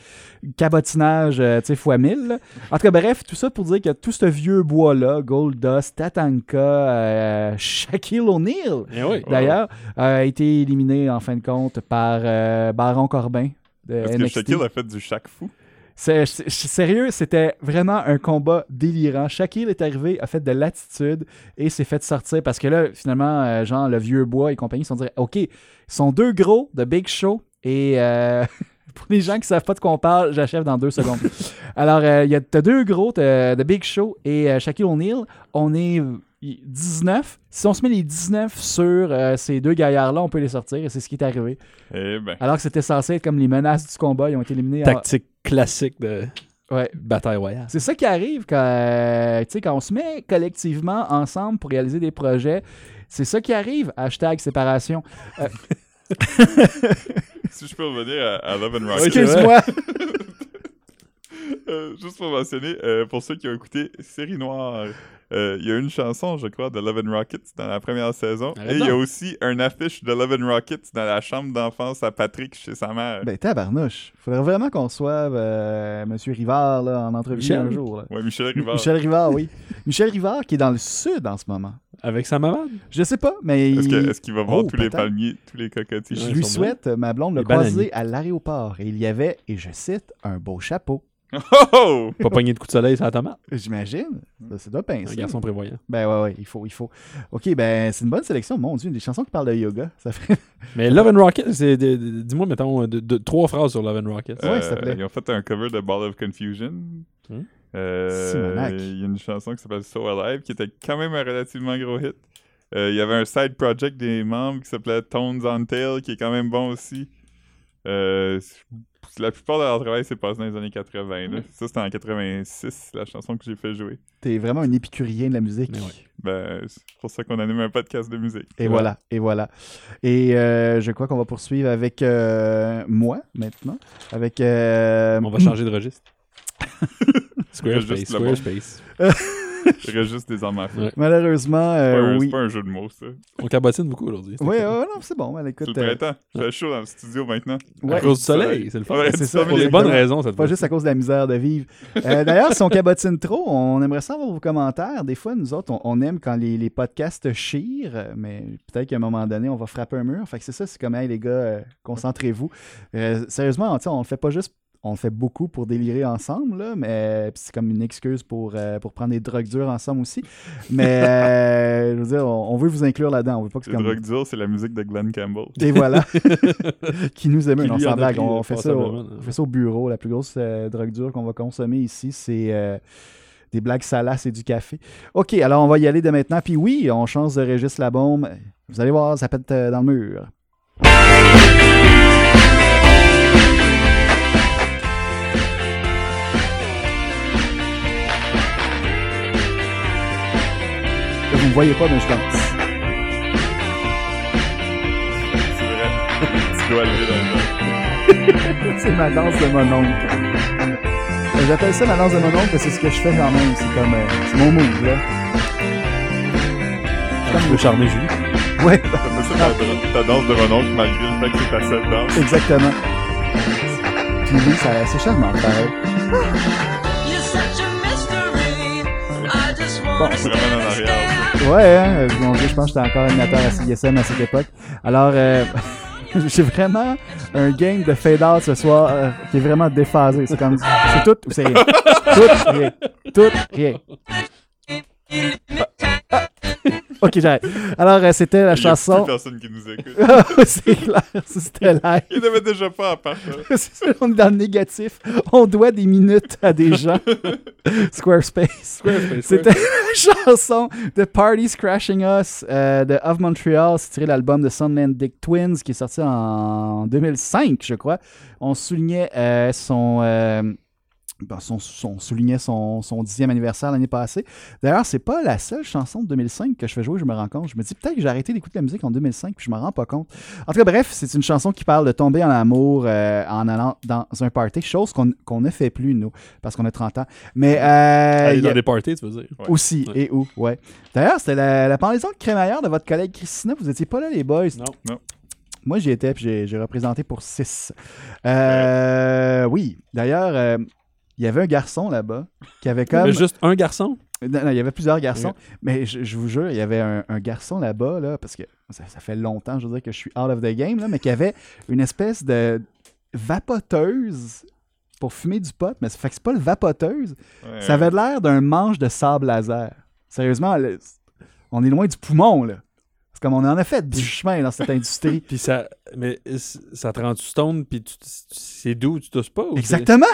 Cabotinage, euh, tu sais, fois mille. là. En tout cas, bref, tout ça pour dire que tout ce vieux bois-là, Gold Dust, Tatanka, euh, Shaquille O'Neal,
Eh oui.
d'ailleurs, euh, a été éliminé en fin de compte par euh, Baron Corbin de
Est-ce que
NXT.
Shaquille a fait du chaque fou?
C'est- c'est- c'est- sérieux, c'était vraiment un combat délirant. Shaquille est arrivé, a fait de l'attitude et s'est fait sortir parce que là, finalement, euh, genre, le vieux bois et compagnie se sont dit Ok, ils sont deux gros de Big Show et. euh, [LAUGHS] Pour les gens qui savent pas de quoi on parle, j'achève dans deux secondes. Alors, euh, il y a- t'as deux gros, t'as- de Big Show et euh, Shaquille O'Neal. On est il- 19. Si on se met les 19 sur euh, ces deux gaillards-là, on peut les sortir et c'est ce qui est arrivé.
Eh ben. [LAUGHS]
Alors que c'était censé être comme les menaces du combat, ils ont été éliminés. en-
Tactique classique de
Ouais.
bataille royale.
C'est ça qui arrive quand, euh, tu sais, quand on se met collectivement ensemble pour réaliser des projets. C'est ça qui arrive. Hashtag séparation. Euh,
Si je peux revenir à, à Love and Rocket.
Excuse-moi.
Euh, juste pour mentionner, euh, pour ceux qui ont écouté Série Noire, euh, il y a une chanson, je crois, de Love and Rockets dans la première saison.
Ah,
Arrête
et il y a
donc.
aussi un affiche de Love and Rockets dans la chambre d'enfance à Patrick chez sa mère.
[LAUGHS] ben, tabarnouche. Faudrait vraiment qu'on reçoive euh, M. Rivard là, en entrevue
Michel?
un jour. là.
Ouais, Michel Rivard.
Michel Rivard, [LAUGHS] oui. Michel Rivard qui est dans le sud en ce moment.
Avec sa maman?
Je sais pas, mais.
Est-ce que-
il-
est-ce qu'il va voir
Oh,
tous les
peut-être.
palmiers, tous les cocotiers?
Je lui souhaite, euh, ma blonde l'a
Les bananiers.
croisé à l'aéroport et il y avait, et je cite, un beau chapeau.
[LAUGHS] Oh!
[LAUGHS] Pas pogné de coup de soleil sur la tomate.
J'imagine. Ça, ça doit pincer.
Un garçon prévoyant.
Ben ouais, ouais, il faut, il faut. Ok, ben c'est une bonne sélection. Mon Dieu, des chansons qui parlent de yoga. Ça fait.
Mais Love and Rocket, c'est de- de- dis-moi, mettons, de- de- trois phrases sur Love and Rocket.
Euh,
Ouais, s'il te plaît.
Ils ont fait un cover de Ball of Confusion.
Hmm.
Euh,
Simonac.
il y a une chanson qui s'appelle So Alive qui était quand même un relativement gros hit. Euh, il y avait un side project des membres qui s'appelait Tones on Tail qui est quand même bon aussi. Euh, c'est- la plupart de leur travail s'est passé dans les années 80. là. Ça, c'était en 86, la chanson que j'ai fait jouer.
T'es vraiment un épicurien de la musique.
Ben, c'est pour ça qu'on anime un podcast de musique.
Et voilà, et voilà. Et euh, je crois qu'on va poursuivre avec euh, moi maintenant. Avec. euh,
On va changer
[LAUGHS]
de registre. Squarespace,
Registre le bon.
Squarespace.
Registre des armes à feu.
Ouais.
Malheureusement,
C'est pas
euh,
un- c'est
oui.
pas un jeu de mots, ça.
On cabotine beaucoup aujourd'hui.
Oui, ouais, ouais, non, c'est bon. Elle
C'est le
écoute. euh,
printemps. Il fait chaud dans le studio maintenant.
Ouais.
À cause du soleil, c'est le fun.
Ouais,
c'est
c'est
ça.
Pour les
exactement.
bonnes raisons, cette
Pas
[LAUGHS] fois.
juste à cause de la misère de vivre. Euh, D'ailleurs, si on cabotine trop, on aimerait ça avoir vos commentaires. Des fois, nous autres, on, on aime quand les, les podcasts chirent, mais peut-être qu'à un moment donné, on va frapper un mur. Fait que c'est ça, c'est comme, hey, les gars, euh, concentrez-vous. Euh, sérieusement, tu sais, on le fait pas juste. On le fait beaucoup pour délirer ensemble, là, mais euh, puis c'est comme une excuse pour, euh, pour prendre des drogues dures ensemble aussi. Mais euh, je veux dire, on, on veut vous inclure là-dedans. On veut pas que c'est
Les
comme.
drogues dures, c'est la musique de Glenn Campbell.
Et voilà. [LAUGHS] qui nous aime.
Qui
Non,
lui
sans
en a
blague.
pris,
On
euh,
fait, ça au,
passablement,
on fait ça au bureau. La plus grosse euh, drogue dure qu'on va consommer ici, c'est euh, des blagues salaces et du café. OK, alors on va y aller de maintenant. Puis oui, on change de registre la bombe. Vous allez voir, ça pète euh, dans le mur. Là, Vous ne voyez pas, mais je danse.
C'est vrai. tu dois lever dans
c'est ma danse de mon oncle. Euh, J'appelle ça ma danse de mon oncle parce que c'est ce que je fais quand même. C'est comme. euh, c'est mon move, là.
Je veux charmer Julie.
Ouais, [LAUGHS]
le C'est ça ta, ta danse de mon oncle, malgré le fait que c'est ta seule danse.
exactement. Puis oui, ça- c'est charmant, pareil.
Bon, on se ramène en arrière.
Ouais, hein, euh, mon Dieu, je pense que j'étais encore animateur à CISM à cette époque. Alors, euh, [LAUGHS] j'ai vraiment un game de fade-out ce soir euh, qui est vraiment déphasé. C'est comme. C'est tout ou c'est rien. Tout, rien. Tout, rien. Ah. Ok, j'arrête. Alors, euh, c'était la
Il y a
chanson. [LAUGHS] Oh,
plus personne qui nous écoute.
c'est clair, ça, c'était live. [LAUGHS]
Il n'avait déjà pas à part ça.
C'est ça, on est dans le négatif. On doit des minutes à des gens. Squarespace.
Squarespace,
C'était une [LAUGHS] chanson de Parties Crashing Us euh, de Of Montreal. C'est tiré de l'album de Sunlandic Twins qui est sorti en 2005, je crois. On soulignait euh, son. euh, ben, son, son- soulignait son, son dixième anniversaire l'année passée. D'ailleurs, c'est pas la seule chanson de 2005 que je fais jouer, je me rends compte. Je me dis peut-être que j'ai arrêté d'écouter la musique en 2005, puis je me rends pas compte. En tout cas, bref, c'est une chanson qui parle de tomber en amour euh, en allant dans un party, chose qu'on qu'on ne fait plus, nous, parce qu'on a 30 ans. Mais. euh,
Aller
il y a-
Ah, dans des parties, tu veux dire.
Aussi,
Ouais.
et où, ouais. D'ailleurs, c'était la, la pendaison de crémaillère de votre collègue Christina. Vous étiez pas là, les boys.
Non.
Non.
Moi, j'y étais, puis j'ai- j'ai représenté pour 6. Oui. D'ailleurs, euh, il y avait un garçon là-bas qui avait comme.
Mais juste un garçon?
Non, non, il y avait plusieurs garçons. Mais je, je vous jure, il y avait un, un garçon là-bas, là, parce que ça, ça fait longtemps, je veux dire, que je suis out of the game, là, mais qui avait une espèce de vapoteuse pour fumer du pot. Mais ça fait que c'est pas le vapoteuse.
Ouais.
Ça avait l'air d'un manche de sable laser. Sérieusement, le- on est loin du poumon, là. C'est comme on en a fait du chemin dans
[LAUGHS]
cette industrie.
Puis ça, mais c- ça te rend du stone, puis tu- tu- c'est doux, tu tosses pas? ou c'est-
Exactement!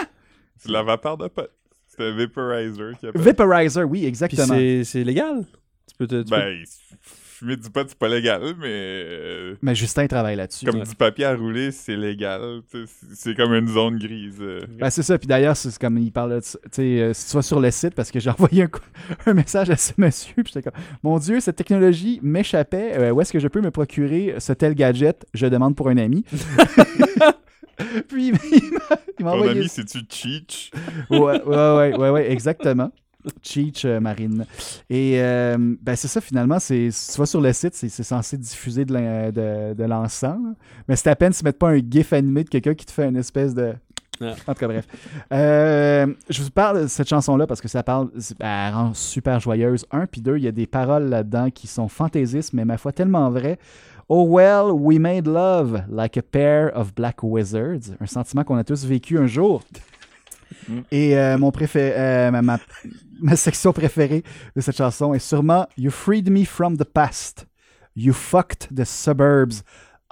C'est la vapeur de pote. C'est un vaporizer qui appelle.
Vaporizer, oui,
Puis
exactement.
c'est c'est légal? Tu Tu peux te. tu peux-
Ben, fumer du pot, c'est pas légal, mais. euh,
Mais Justin travaille là-dessus.
Comme
Ouais.
du papier à rouler, c'est légal. tu sais, C'est c'est comme une zone grise. euh.
Ben, c'est ça. Puis d'ailleurs, c'est comme il parle de ça. Tu sais, euh, si tu vas sur le site, parce que j'ai [LAUGHS] envoyé un, coup- un message à ce monsieur, puis j'étais comme Mon Dieu, cette technologie m'échappait. Euh, où est-ce que je peux me procurer ce tel gadget Je demande pour
[LAUGHS]
un ami. [LAUGHS] puis il m'a- Ah il m'a
Euh, Ton
envoyé.
ami, c'est-tu Cheech?
ouais, ouais, ouais, ouais, ouais, exactement. Cheech euh, Marine. Et euh, ben c'est ça, finalement, c'est, si tu vas sur le site, c'est, c'est censé diffuser de, l'in- de, de l'encens. là. Mais c'est à peine si mettent pas un gif animé de quelqu'un qui te fait une espèce de.
Ah.
En tout cas, bref. Euh, je vous parle de cette chanson-là parce que ça parle, c'est- elle rend super joyeuse. Un, puis deux, il y a des paroles là-dedans qui sont fantaisistes, mais ma foi, tellement vraies. Oh well, we made love like a pair of black wizards. Un sentiment qu'on a tous vécu un jour. Et euh, mon préfé- euh, ma, ma- ma section préférée de cette chanson est sûrement You freed me from the past. You fucked the suburbs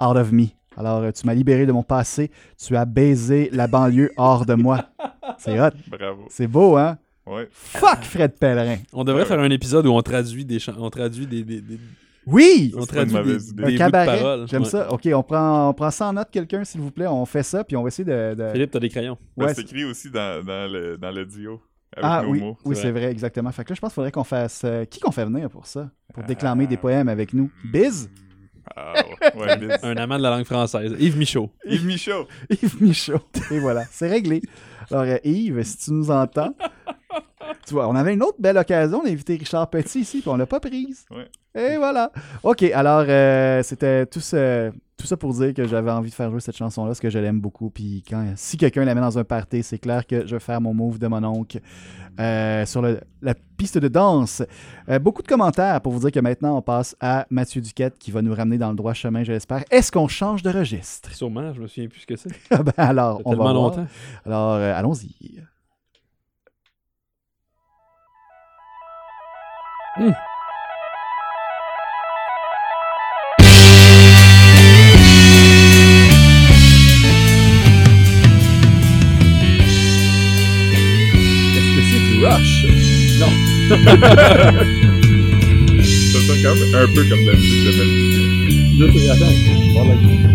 out of me. Alors, euh, tu m'as libéré de mon passé. Tu as baisé la banlieue hors de
[LAUGHS]
moi. C'est hot.
Bravo.
C'est beau, hein?
Ouais.
Fuck Fred Pellerin.
On devrait faire un épisode où on traduit des chan- on traduit des, des- des-
Oui!
on traduit des, des
Un
bouts de
cabaret.
paroles.
J'aime
Ouais.
ça. OK, on prend, on prend ça en note, quelqu'un, s'il vous plaît. On fait ça, puis on va essayer de... de-
Philippe, t'as des crayons.
Ben,
Ouais,
c'est écrit aussi dans, dans le, dans le duo. Avec
Ah
nos
oui,
mots.
oui c'est vrai. exactement. Fait que là, je pense qu'il faudrait qu'on fasse. euh, qui qu'on fait venir pour ça
Euh,
Pour déclamer des poèmes avec nous
hmm.
Biz
Ah, ouais, ouais, Biz.
[LAUGHS]
Un amant de la langue française. Yves Michaud.
Yves Michaud.
Yves Michaud. Et voilà, c'est réglé. Alors, euh, Yves, si tu nous entends, tu vois, on avait une autre belle occasion d'inviter Richard Petit ici, puis on l'a pas prise.
Ouais.
Et voilà. OK, alors, euh, c'était tout, ce- tout ça pour dire que j'avais envie de faire jouer cette chanson-là, parce que je l'aime beaucoup. Puis quand, si quelqu'un la met dans un party, c'est clair que je vais faire mon move de mon oncle euh, sur le- la piste de danse. Euh, beaucoup de commentaires pour vous dire que maintenant, on passe à Mathieu Duquette, qui va nous ramener dans le droit chemin, je l'espère. Est-ce qu'on change de registre?
Sûrement, je me souviens plus ce que c'est.
Ah [LAUGHS] ben alors,
Ça fait
on va
tellement
voir.
longtemps.
Alors, euh, allons-y.
Qu'est-ce que c'est du rush? Non.
Ça sonne quand même un peu comme la musique de Belgique.
Deux secondes, attends, je vais voir la-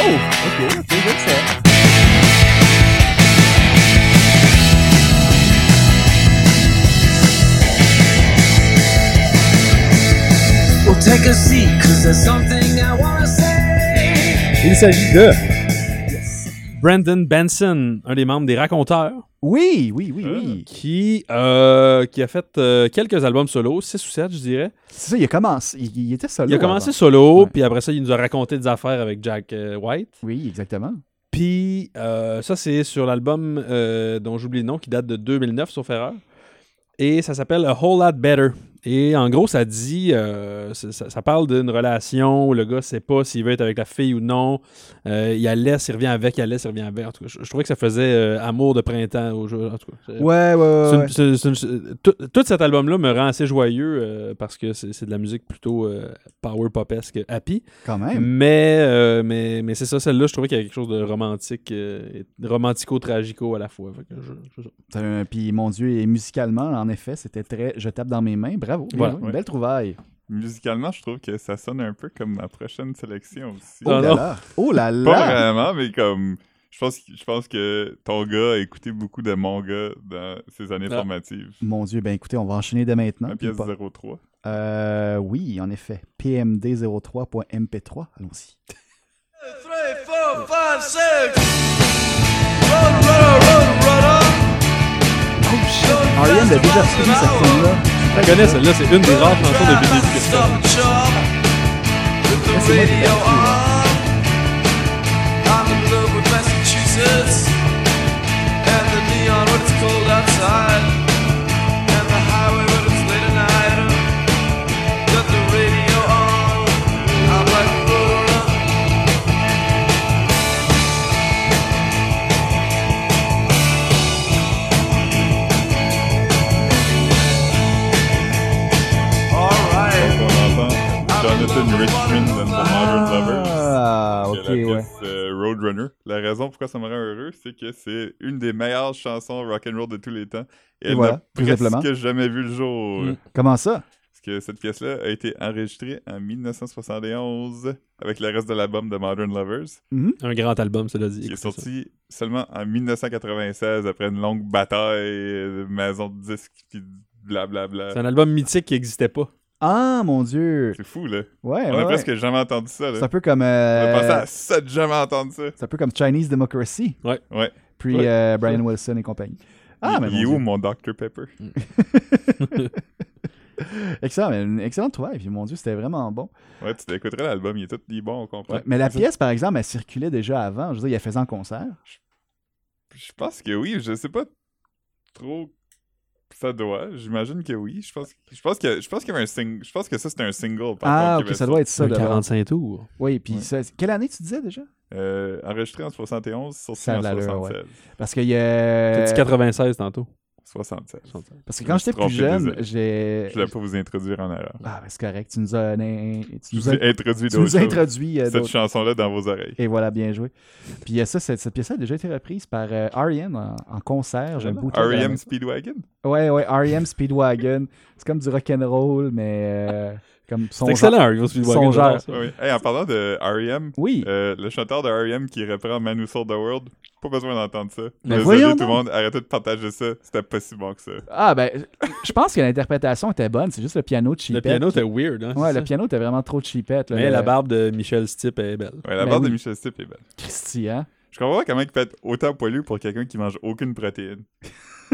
Oh, ok, ok, j'aime ça.
Well, take a seat, cause there's something I wanna say.
Il s'agit de.
Brandon Benson, un des membres des Raconteurs,
Oui, oui, oui, oui.
qui, euh, qui a fait euh, quelques albums solo, 6 ou 7, je dirais.
C'est ça, il a commencé. Il, il était solo.
Il a commencé
avant.
solo, puis après ça, il nous a raconté des affaires avec Jack euh, White.
Oui, exactement.
Puis euh, ça, c'est sur l'album euh, dont j'oublie le nom, qui date de 2009, sauf erreur. Et ça s'appelle A Whole Lot Better. Et en gros, ça dit, euh, ça, ça- ça parle d'une relation où le gars sait pas s'il veut être avec la fille ou non. Euh, il la laisse, il revient avec, il la laisse, il revient avec. En tout cas, je, je trouvais que ça faisait euh, amour de printemps au jeu. En tout cas, C'est-
Ouais, ouais, ouais,
Euh, c'est une-
ouais.
c'est- c'est une- c'est- tout, tout cet album-là me rend assez joyeux euh, parce que c'est c'est de la musique plutôt euh, power popesque, happy.
Quand
Mm.
même.
Mais, euh, mais, mais c'est ça, celle-là, je trouvais qu'il y avait quelque chose de romantique, euh, et romantico-tragico à la fois. Fait que je- je-
C'est un- Puis, mon Dieu, et musicalement, en effet, c'était très. Je tape dans mes mains. Bravo. bien
Voilà.
joué, Une belle trouvaille.
Musicalement, je trouve que ça sonne un peu comme ma prochaine sélection aussi.
Oh
Non,
là
non.
là. Oh là
Pas
là.
vraiment, mais comme. Je pense, que- je pense que ton gars a écouté beaucoup de mon gars dans ses années
Ah.
formatives.
Mon Dieu, ben écoutez, on va enchaîner dès maintenant.
La
puis
pièce
pas-
03.
Euh, oui, en effet. PMD03.mp3. Allons-y. Ariane a déjà pris cette chanson-là.
Je connais celle-là, c'est une des rares chansons de BD que je fais.
Ah,
Ah, Donc, on entend Jonathan Richmond and the Modern Lovers. la
Ah, ouais.
pièce euh, Roadrunner. La raison pourquoi ça me rend heureux, c'est que c'est une des meilleures chansons rock'n'roll de tous les temps.
Et
Et elle
voilà,
n'a
tout
presque
simplement.
jamais vu le jour.
Mm. Comment ça?
Parce que cette pièce-là a été enregistrée en 1971 avec le reste de l'album de Modern Lovers.
Un grand album, cela dit.
Qui est
Écoutez ça.
sorti seulement en 1996 après une longue bataille euh, de maison de disques puis blablabla.
C'est un album mythique qui n'existait pas.
Ah, mon Dieu!
C'est fou, là.
Ouais,
On
ouais,
a presque
ouais.
jamais entendu ça, là.
C'est un peu comme...
On
euh,
a pensé à ça de jamais entendre ça.
C'est un peu comme Chinese Democracy.
Ouais.
Ouais.
Puis
Ouais.
euh, Brian Wilson et compagnie. Ah, mais
Il est
mon
où
Dieu.
mon Dr Pepper?
[LAUGHS] Excellent, mais une excellente ouais, puis mon Dieu, c'était vraiment bon.
ouais, tu t'écouterais l'album, il est tout il est bon, on comprend.
Mais la pièce, par exemple, elle circulait déjà avant. Je veux dire, il la faisait en concert.
Je pense que oui, je sais pas trop ça doit, j'imagine que oui. Je pense, je pense que je pense qu'il y avait un single, je pense que ça c'était un single. par
ah,
contre,
ok,
qui avait
ça doit être
sorti.
ça. Euh,
Un
d'abord.
45 tours.
Oui, puis ça- quelle année tu disais déjà
Euh, enregistré en 71, sorti
Ça a
en
de l'allure,
76.
ouais. Parce qu'il y a.
T'as dit 96 tantôt.
76.
Parce que quand j'étais plus jeune, j'ai.
Je voulais pas vous introduire en erreur.
Ah, mais c'est correct, tu nous as. Tu
Je
nous
vous
as
ai introduit
tu nous
d'autres
as
choses.
introduit euh,
cette
d'autres-
chanson-là dans vos oreilles.
Et voilà, bien joué. Puis euh, ça, cette, cette pièce-là a déjà été reprise par euh, R.E.M. en, en concert. J'aime beaucoup.
R.E.M. E Speedwagon?
Ouais, ouais, R.E.M. Speedwagon. C'est comme du rock'n'roll, mais euh, comme son
C'est excellent,
genre-
R.E.M. Speedwagon,
Son genre.
j'adore ça.
Oui. Hey, en parlant de R.E.M., euh, le chanteur de R.E.M. qui reprend Man Who Sold the World, pas besoin d'entendre ça.
Mais
Désolé
voyons
tout le
donc.
monde, arrêtez de partager ça, c'était pas si bon que ça.
Ah, ben, je pense que l'interprétation était bonne. C'est juste le piano cheapette.
piano
qui-
était weird, hein, c'est
Ouais, le euh,
ça?
piano était vraiment trop cheapette. là.
Mais
Le-
la barbe de Michel Stipe est belle.
Ouais, la
Ben
barre de
oui.
Michel Stipe est belle.
Christy, hein?
Je comprends pas comment il peut être autant poilu pour quelqu'un qui mange aucune
[LAUGHS]
protéine.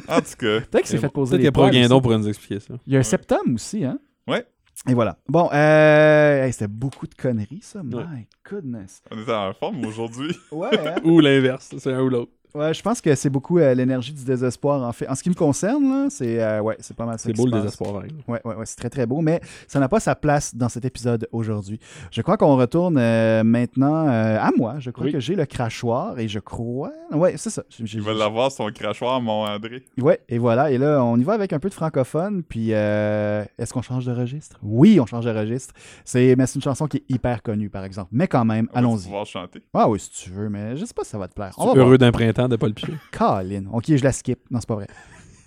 en tout cas.
Peut-être qu'il s'est fait poser
Euh, Peut-être qu'il y
des
a Pro
poils
Guindon
aussi.
pour nous expliquer ça.
Il y a un septum aussi, hein?
Ouais.
Et voilà. Bon, euh, hey, c'était beaucoup de conneries, ça. My goodness.
On est en forme aujourd'hui.
Ouais, hein?
[LAUGHS] Ou l'inverse, c'est un ou l'autre.
Ouais, je pense que c'est beaucoup euh, l'énergie du désespoir, en fait. En ce qui me concerne, là, c'est euh, ouais, c'est pas mal ça.
C'est
qui
beau,
se
le
passe.
désespoir, par exemple.
Ouais, ouais, ouais, c'est très très beau, mais ça n'a pas sa place dans cet épisode aujourd'hui. Je crois qu'on retourne euh, maintenant euh, à moi. Je crois
Oui.
que j'ai le crachoir et je crois. Ouais, c'est ça. J'ai- j'ai-
Il va l'avoir son crachoir, mon André.
Ouais, et voilà. Et là, on y va avec un peu de francophone. Puis, euh, est-ce qu'on change de registre? Oui, on change de registre. C'est, mais c'est une chanson qui est hyper connue, par exemple. Mais quand même,
On va
allons-y.
pouvoir chanter.
Ah oui, si tu veux, mais je sais pas si ça va te plaire.
C'est heureux d'un printemps de Paul Piché.
Colin. Ok, je la skip. Non, c'est pas vrai.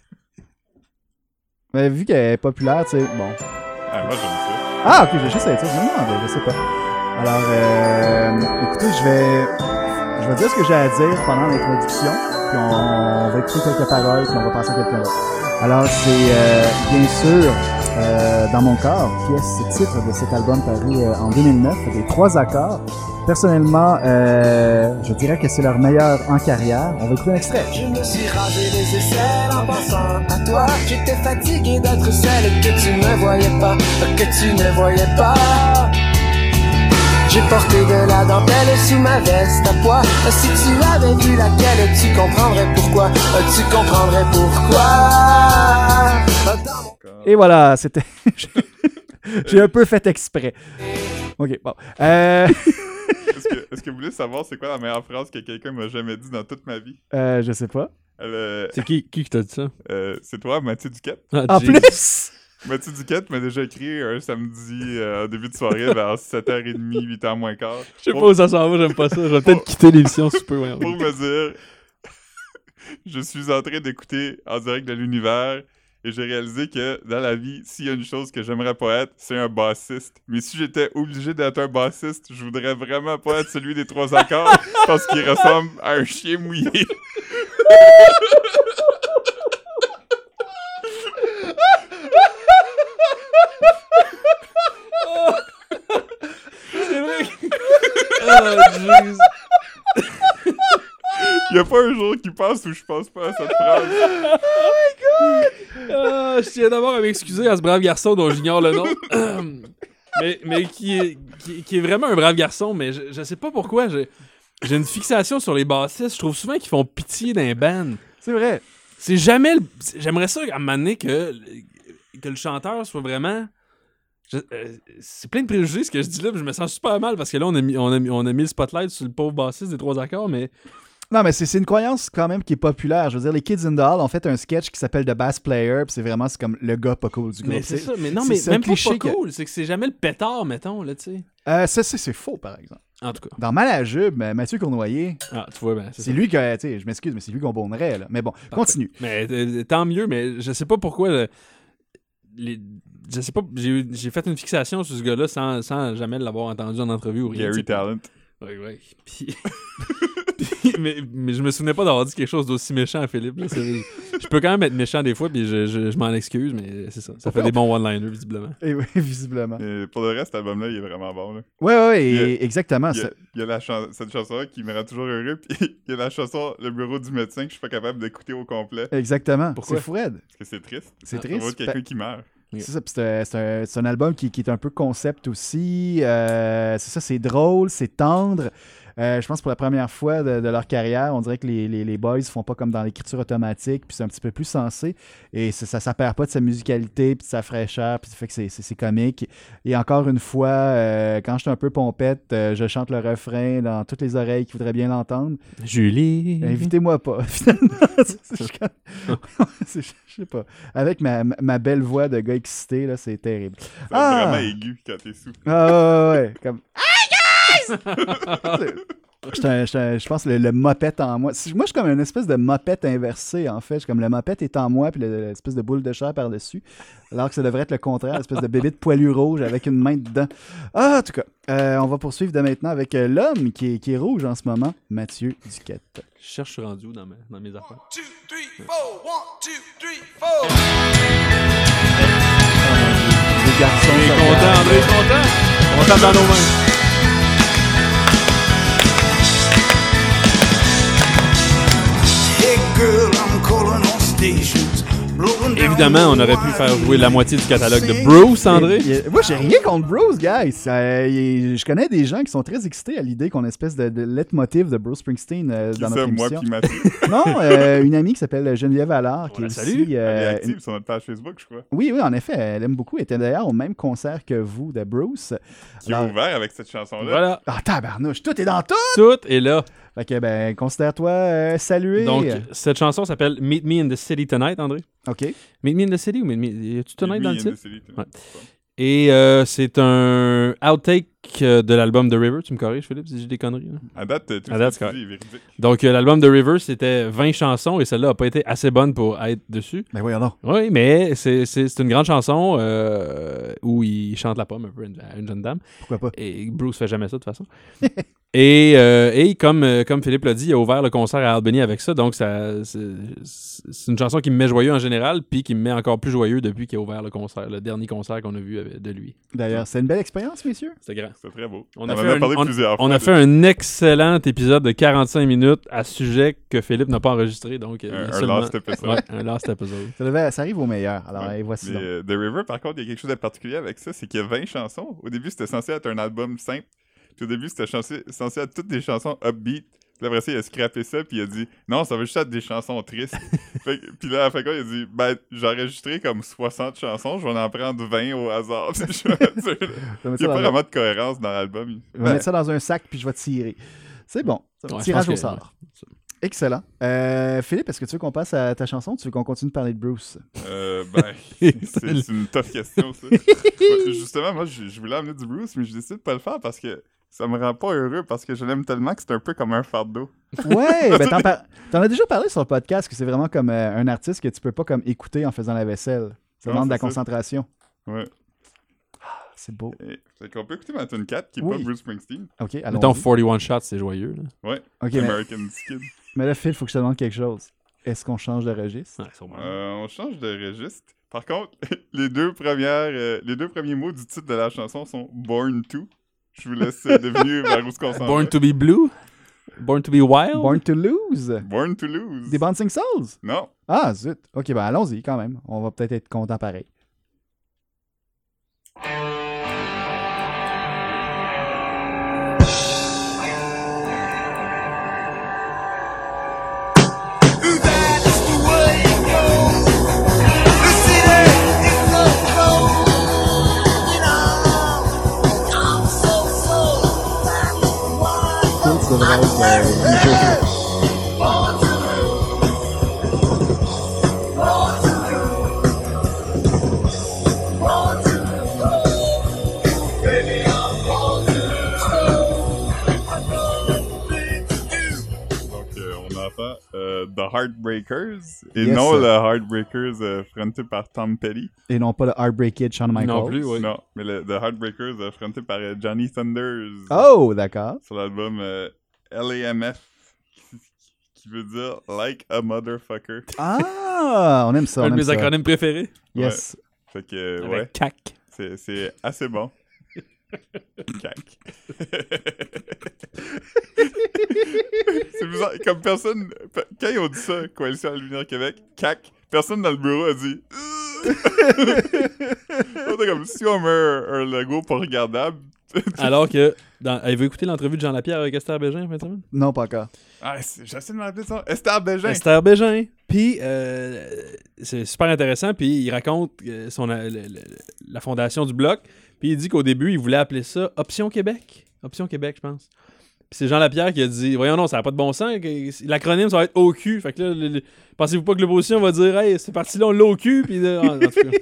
[LAUGHS] mais vu qu'elle est populaire, tu sais, bon.
Ah, moi, j'aime ça.
Ah, ok, je vais juste être ça. Je me demandais, je sais pas. Alors, euh, écoutez, je vais, je vais dire ce que j'ai à dire pendant l'introduction, puis on, va écouter quelques paroles, puis on va passer à quelqu'un d'autre. Alors, c'est euh, bien sûr euh, Dans mon corps, pièce titre de cet album paru euh, en 2009, des trois accords. Personnellement, euh, je dirais que c'est leur meilleur en carrière. On va écouter un extrait.
Je me suis rasé les aisselles en pensant à toi. J'étais fatigué d'être celle que tu ne voyais pas, que tu ne voyais pas. J'ai porté de la dentelle sous ma veste à poids. Si tu avais vu laquelle, tu comprendrais pourquoi. Tu comprendrais pourquoi. Dans mon-
Et voilà, c'était. [LAUGHS] J'ai un peu fait exprès. Ok, bon. Euh, [LAUGHS]
Est-ce que, est-ce que vous voulez savoir c'est quoi la meilleure phrase que quelqu'un m'a jamais dit dans toute ma vie?
euh, je sais pas.
Elle, euh,
[LAUGHS] C'est qui qui qui t'a dit ça?
euh, c'est toi, Mathieu Duquette.
Ah,
En
jeez.
plus!
Mathieu Duquette m'a déjà écrit un samedi euh, en début de soirée vers 7h30, 8h moins quart.
Je sais pas où ça s'en va, j'aime pas ça. Je vais peut-être quitter l'émission si peu. [LAUGHS] voyons.
Pour me dire, [LAUGHS] je suis en train d'écouter en direct de l'univers et j'ai réalisé que dans la vie, s'il y a une chose que j'aimerais pas être, c'est un bassiste. Mais si j'étais obligé d'être un bassiste, je voudrais vraiment pas être celui des trois accords parce qu'il ressemble à un chien mouillé.
C'est vrai.
Ah,
Il y a pas un jour qui passe où je pense pas à cette phrase.
Ah, je tiens d'abord à m'excuser à ce brave garçon dont j'ignore le nom. [COUGHS] mais mais qui, est, qui, qui est vraiment un brave garçon, mais je, je sais pas pourquoi. J'ai j'ai une fixation sur les bassistes. Je trouve souvent qu'ils font pitié d'un band.
C'est vrai.
C'est jamais le- c'est- J'aimerais ça à un moment donné que, que le chanteur soit vraiment. je- euh, c'est plein de préjugés ce que je dis là, puis je me sens super mal parce que là on a mis, on a mis, on a mis le spotlight sur le pauvre bassiste des trois accords, mais
Non, mais c'est c'est une croyance quand même qui est populaire. Je veux dire, les Kids in the Hall ont fait un sketch qui s'appelle The Bass Player, puis c'est vraiment c'est comme le gars pas cool du groupe.
Mais c'est
C'est-
ça, mais non,
c'est-
mais
c'est un
même pas,
cliché
pas
que-
cool, c'est que c'est jamais le pétard, mettons, là, tu sais.
Euh, ça, c'est c'est faux, par exemple.
En tout cas.
Dans Malajube, ben, Mathieu Cournoyer,
Ah, tu vois, ben, c'est
c'est
ça.
lui que, tu sais, je m'excuse, mais c'est lui qu'on bonnerait, là. Mais bon, continue.
Mais euh, tant mieux, mais je sais pas pourquoi. le- les- je sais pas, j'ai j'ai fait une fixation sur ce gars-là sans, sans jamais l'avoir entendu en entrevue ou rien. tu sais.
Gary Talent.
Ouais, ouais. Puis- [LAUGHS] Puis- mais, mais je me souvenais pas d'avoir dit quelque chose d'aussi méchant à Philippe. là. C'est- Je peux quand même être méchant des fois, puis je, je- je m'en excuse, mais c'est ça. Ça fait des bons one-liners, Eh [LAUGHS] visiblement.
Et oui, visiblement.
Et pour le reste, cet album-là, il est vraiment bon. Là.
Ouais, ouais, et-
Il y a-
exactement.
Il y a,
ça-
il y a la chan- cette chanson-là qui me rend toujours heureux. [LAUGHS] Puis il y a la chanson Le bureau du médecin que je suis pas capable d'écouter au complet.
Exactement.
Pourquoi?
C'est Fred.
Parce que c'est triste.
C'est
Ça
triste. ben
vaut quelqu'un qui meurt.
C'est ça, puis c'est un- c'est un, c'est un album qui, qui est un peu concept aussi. Euh, c'est ça, c'est drôle, c'est tendre. Euh, je pense pour la première fois de, de leur carrière, on dirait que les, les, les boys font pas comme dans l'écriture automatique, puis c'est un petit peu plus sensé. Et ça, ça, ça perd pas de sa musicalité, puis de sa fraîcheur, puis ça fait que c'est- c'est c'est comique. Et encore une fois, euh, quand je suis un peu pompette, euh, je chante le refrain dans toutes les oreilles qui voudraient bien l'entendre.
Julie.
Invitez-moi pas, [LAUGHS] finalement. C'est- je suis comme- [LAUGHS] C'est- je sais pas. Avec ma, ma- ma belle voix de gars excité, là, c'est terrible.
Ça va être vraiment aigu quand t'es sous.
Ah, ouais, ouais, ouais, Comme. J'étais un- j'étais un- Je pense le, le mopette en moi. Si- Moi, je suis comme une espèce de mopette inversée, en fait. Je suis comme le mopette est en moi, puis le- l'espèce de boule de chair par-dessus. Alors que ça devrait être le contraire, l'espèce de bébé de poilu rouge avec une main dedans. Ah, en tout cas, euh, on va poursuivre de maintenant avec euh, l'homme qui est, qui est rouge en ce moment, Mathieu Duquette.
Je cherche rendu où dans, ma- dans mes affaires.
Les garçons.
Il est
ça
content,
regarde.
André est content. On tape dans nos mains.
Hey girl, I'm calling all stations. Blowing down
Évidemment, on aurait pu faire jouer la moitié du catalogue de Bruce, André.
Il- il- moi, j'ai rien contre Bruce, guys. Ça, il- je connais des gens qui sont très excités à l'idée qu'on ait une espèce de, de leitmotiv de Bruce Springsteen euh, dans
ça,
notre
moi
émission.
puis Mathieu?
non, euh, une amie qui s'appelle Geneviève Allard, qui est
Salut! Elle
aussi...
est
[LAUGHS] euh,
active sur notre page Facebook, je crois.
une- Oui, oui, en effet, elle aime beaucoup. Elle était d'ailleurs au même concert que vous de Bruce.
Qui
Alors-
est ouvert avec cette chanson-là.
Voilà.
Ah, tabarnouche, tout est dans tout!
Tout est là.
Fait que, ben, considère-toi euh, salué.
Donc, cette chanson s'appelle Meet Me in the City Tonight, André.
OK.
Meet Me in the City ou Meet Me. Y a-tu Tonight
Me
dans le
in
titre
the City Tonight,
Ouais. Et euh, c'est un outtake euh, de l'album The River. Tu me corriges, Philippe, si j'ai des conneries. là?
À date, euh, tout
À
ce
date,
que
c'est
tu dis est
correct.
véridique.
Donc, euh, l'album The River, c'était 20 chansons et celle-là n'a pas été assez bonne pour être dessus.
Ben voyons donc.
Oui, mais c'est c'est- c'est une grande chanson euh, où il chante la pomme un peu à une- à une jeune dame.
Pourquoi pas?
Et Bruce fait jamais ça, de toute façon. et, euh, et comme, euh, comme Philippe l'a dit, il a ouvert le concert à Albany avec ça. Donc, ça- c'est c'est une chanson qui me met joyeux en général, puis qui me met encore plus joyeux depuis qu'il a ouvert le concert, le dernier concert qu'on a vu avec- de lui.
D'ailleurs, c'est une belle expérience, messieurs.
C'était grand.
C'était très beau.
On
On,
a
en
fait
a
un-
parlé
on-
plusieurs
On
fois.
a fait un excellent épisode de 45 minutes à ce sujet que Philippe n'a pas enregistré. Donc, euh,
Un-
il y a
un
seulement-
last episode.
Ouais, un last episode.
Ça, devait- ça arrive au meilleur. Alors,
Ouais.
et voici
Mais,
donc.
euh, The River, par contre, il y a quelque chose de particulier avec ça, c'est qu'il y a 20 chansons. Au début, c'était censé être un album simple. Puis au début, c'était chancé- censé être toutes des chansons upbeat. Puis après ça, il a scrappé ça, puis il a dit Non, ça veut juste être des chansons
[LAUGHS]
tristes. Fait que- puis là, à la fin, quoi, il a dit Ben, j'ai enregistré comme 60 chansons, je vais en prendre 20 au
[LAUGHS]
hasard. [LAUGHS] Puis je-
On va
il
mettre ça
n'y a
dans
pas
le-
vraiment de cohérence dans l'album.
Je vais mettre ça dans un sac puis je vais tirer. C'est bon.
Ouais, je
Tirage
pense
au
que-
sort. Excellent. Euh, Philippe, est-ce que tu veux qu'on passe à ta chanson ou tu veux qu'on continue de parler de Bruce?
Euh, ben, [LAUGHS] c'est c'est une tough question, ça. Ouais, Justement, moi, je, je voulais amener du Bruce, mais je décide de pas le faire parce que ça me rend pas heureux parce que je l'aime tellement que c'est un peu comme un fardeau.
[LAUGHS] Ouais, ben t'en, par- t'en as déjà parlé sur le podcast que c'est vraiment comme euh, un artiste que tu peux pas comme écouter en faisant la vaisselle. Ça
Non,
demande de la
c'est ça.
concentration. Ah,
Ouais.
C'est beau.
Fait qu'on peut écouter ma tune 4 qui est
Oui.
pas Bruce Springsteen.
Ok, allons
Mettons 41 shots, c'est joyeux. là.
Ouais.
Ok,
American Skin.
Mais là, Phil, faut que je te demande quelque chose. Est-ce qu'on change de registre?
Euh, on change de registre. Par contre, [LAUGHS] les deux premières, euh, les deux premiers mots du titre de la chanson sont Born to. Je vous laisse euh, deviner vers où ce qu'on s'en
Born
va.
to be blue. Born to be wild.
Born to lose.
Born to lose.
Des Bouncing Souls?
Non.
Ah, zut. Ok, ben allons-y quand même. On va peut-être être content pareil.
Phil, tu devrais être euh, DJ.
Baby, I'm born to lose.
papa, euh, The Heartbreakers, et
Yes,
non
sir.
le Heartbreakers euh, fronté par Tom Petty.
Et non pas le Heartbreak Kid, Shawn Michaels.
Non, mais le, The Heartbreakers euh, fronté par euh, Johnny Thunders
Oh, d'accord.
sur l'album euh, LAMF, qui veut dire Like a Motherfucker.
Ah, on aime ça.
Un
on
de
aime
mes
ça.
acronymes préférés.
Yes.
Fait que, euh,
Avec
ouais.
cac.
C'est, c'est assez bon. cac. c'est bizarre. Comme personne. pe- Quand ils ont dit ça, Coalition Alumineur Québec, cac, personne dans le bureau a dit. C'est comme si on met un, un logo pas regardable.
Alors que, dans... avez-vous écouté l'entrevue de Jean Lapierre avec Esther Bégin, en fin de semaine?
Non, pas encore.
Ah, c'est- j'essaie de me rappeler ça. Esther Bégin.
Esther Bégin. Puis, euh, c'est super intéressant. Puis, il raconte euh, son, euh, le- le- la fondation du bloc. Puis, il dit qu'au début, il voulait appeler ça Option Québec. Option Québec, je pense. Puis, c'est Jean Lapierre qui a dit Voyons, non, ça n'a pas de bon sens. que- L'acronyme, ça va être OQ. Fait que là, le- le- pensez-vous pas que l'opposition va dire Hey, c'est parti là, on l'a au cul. Puis, là, ah, en
[LAUGHS]
tout cas.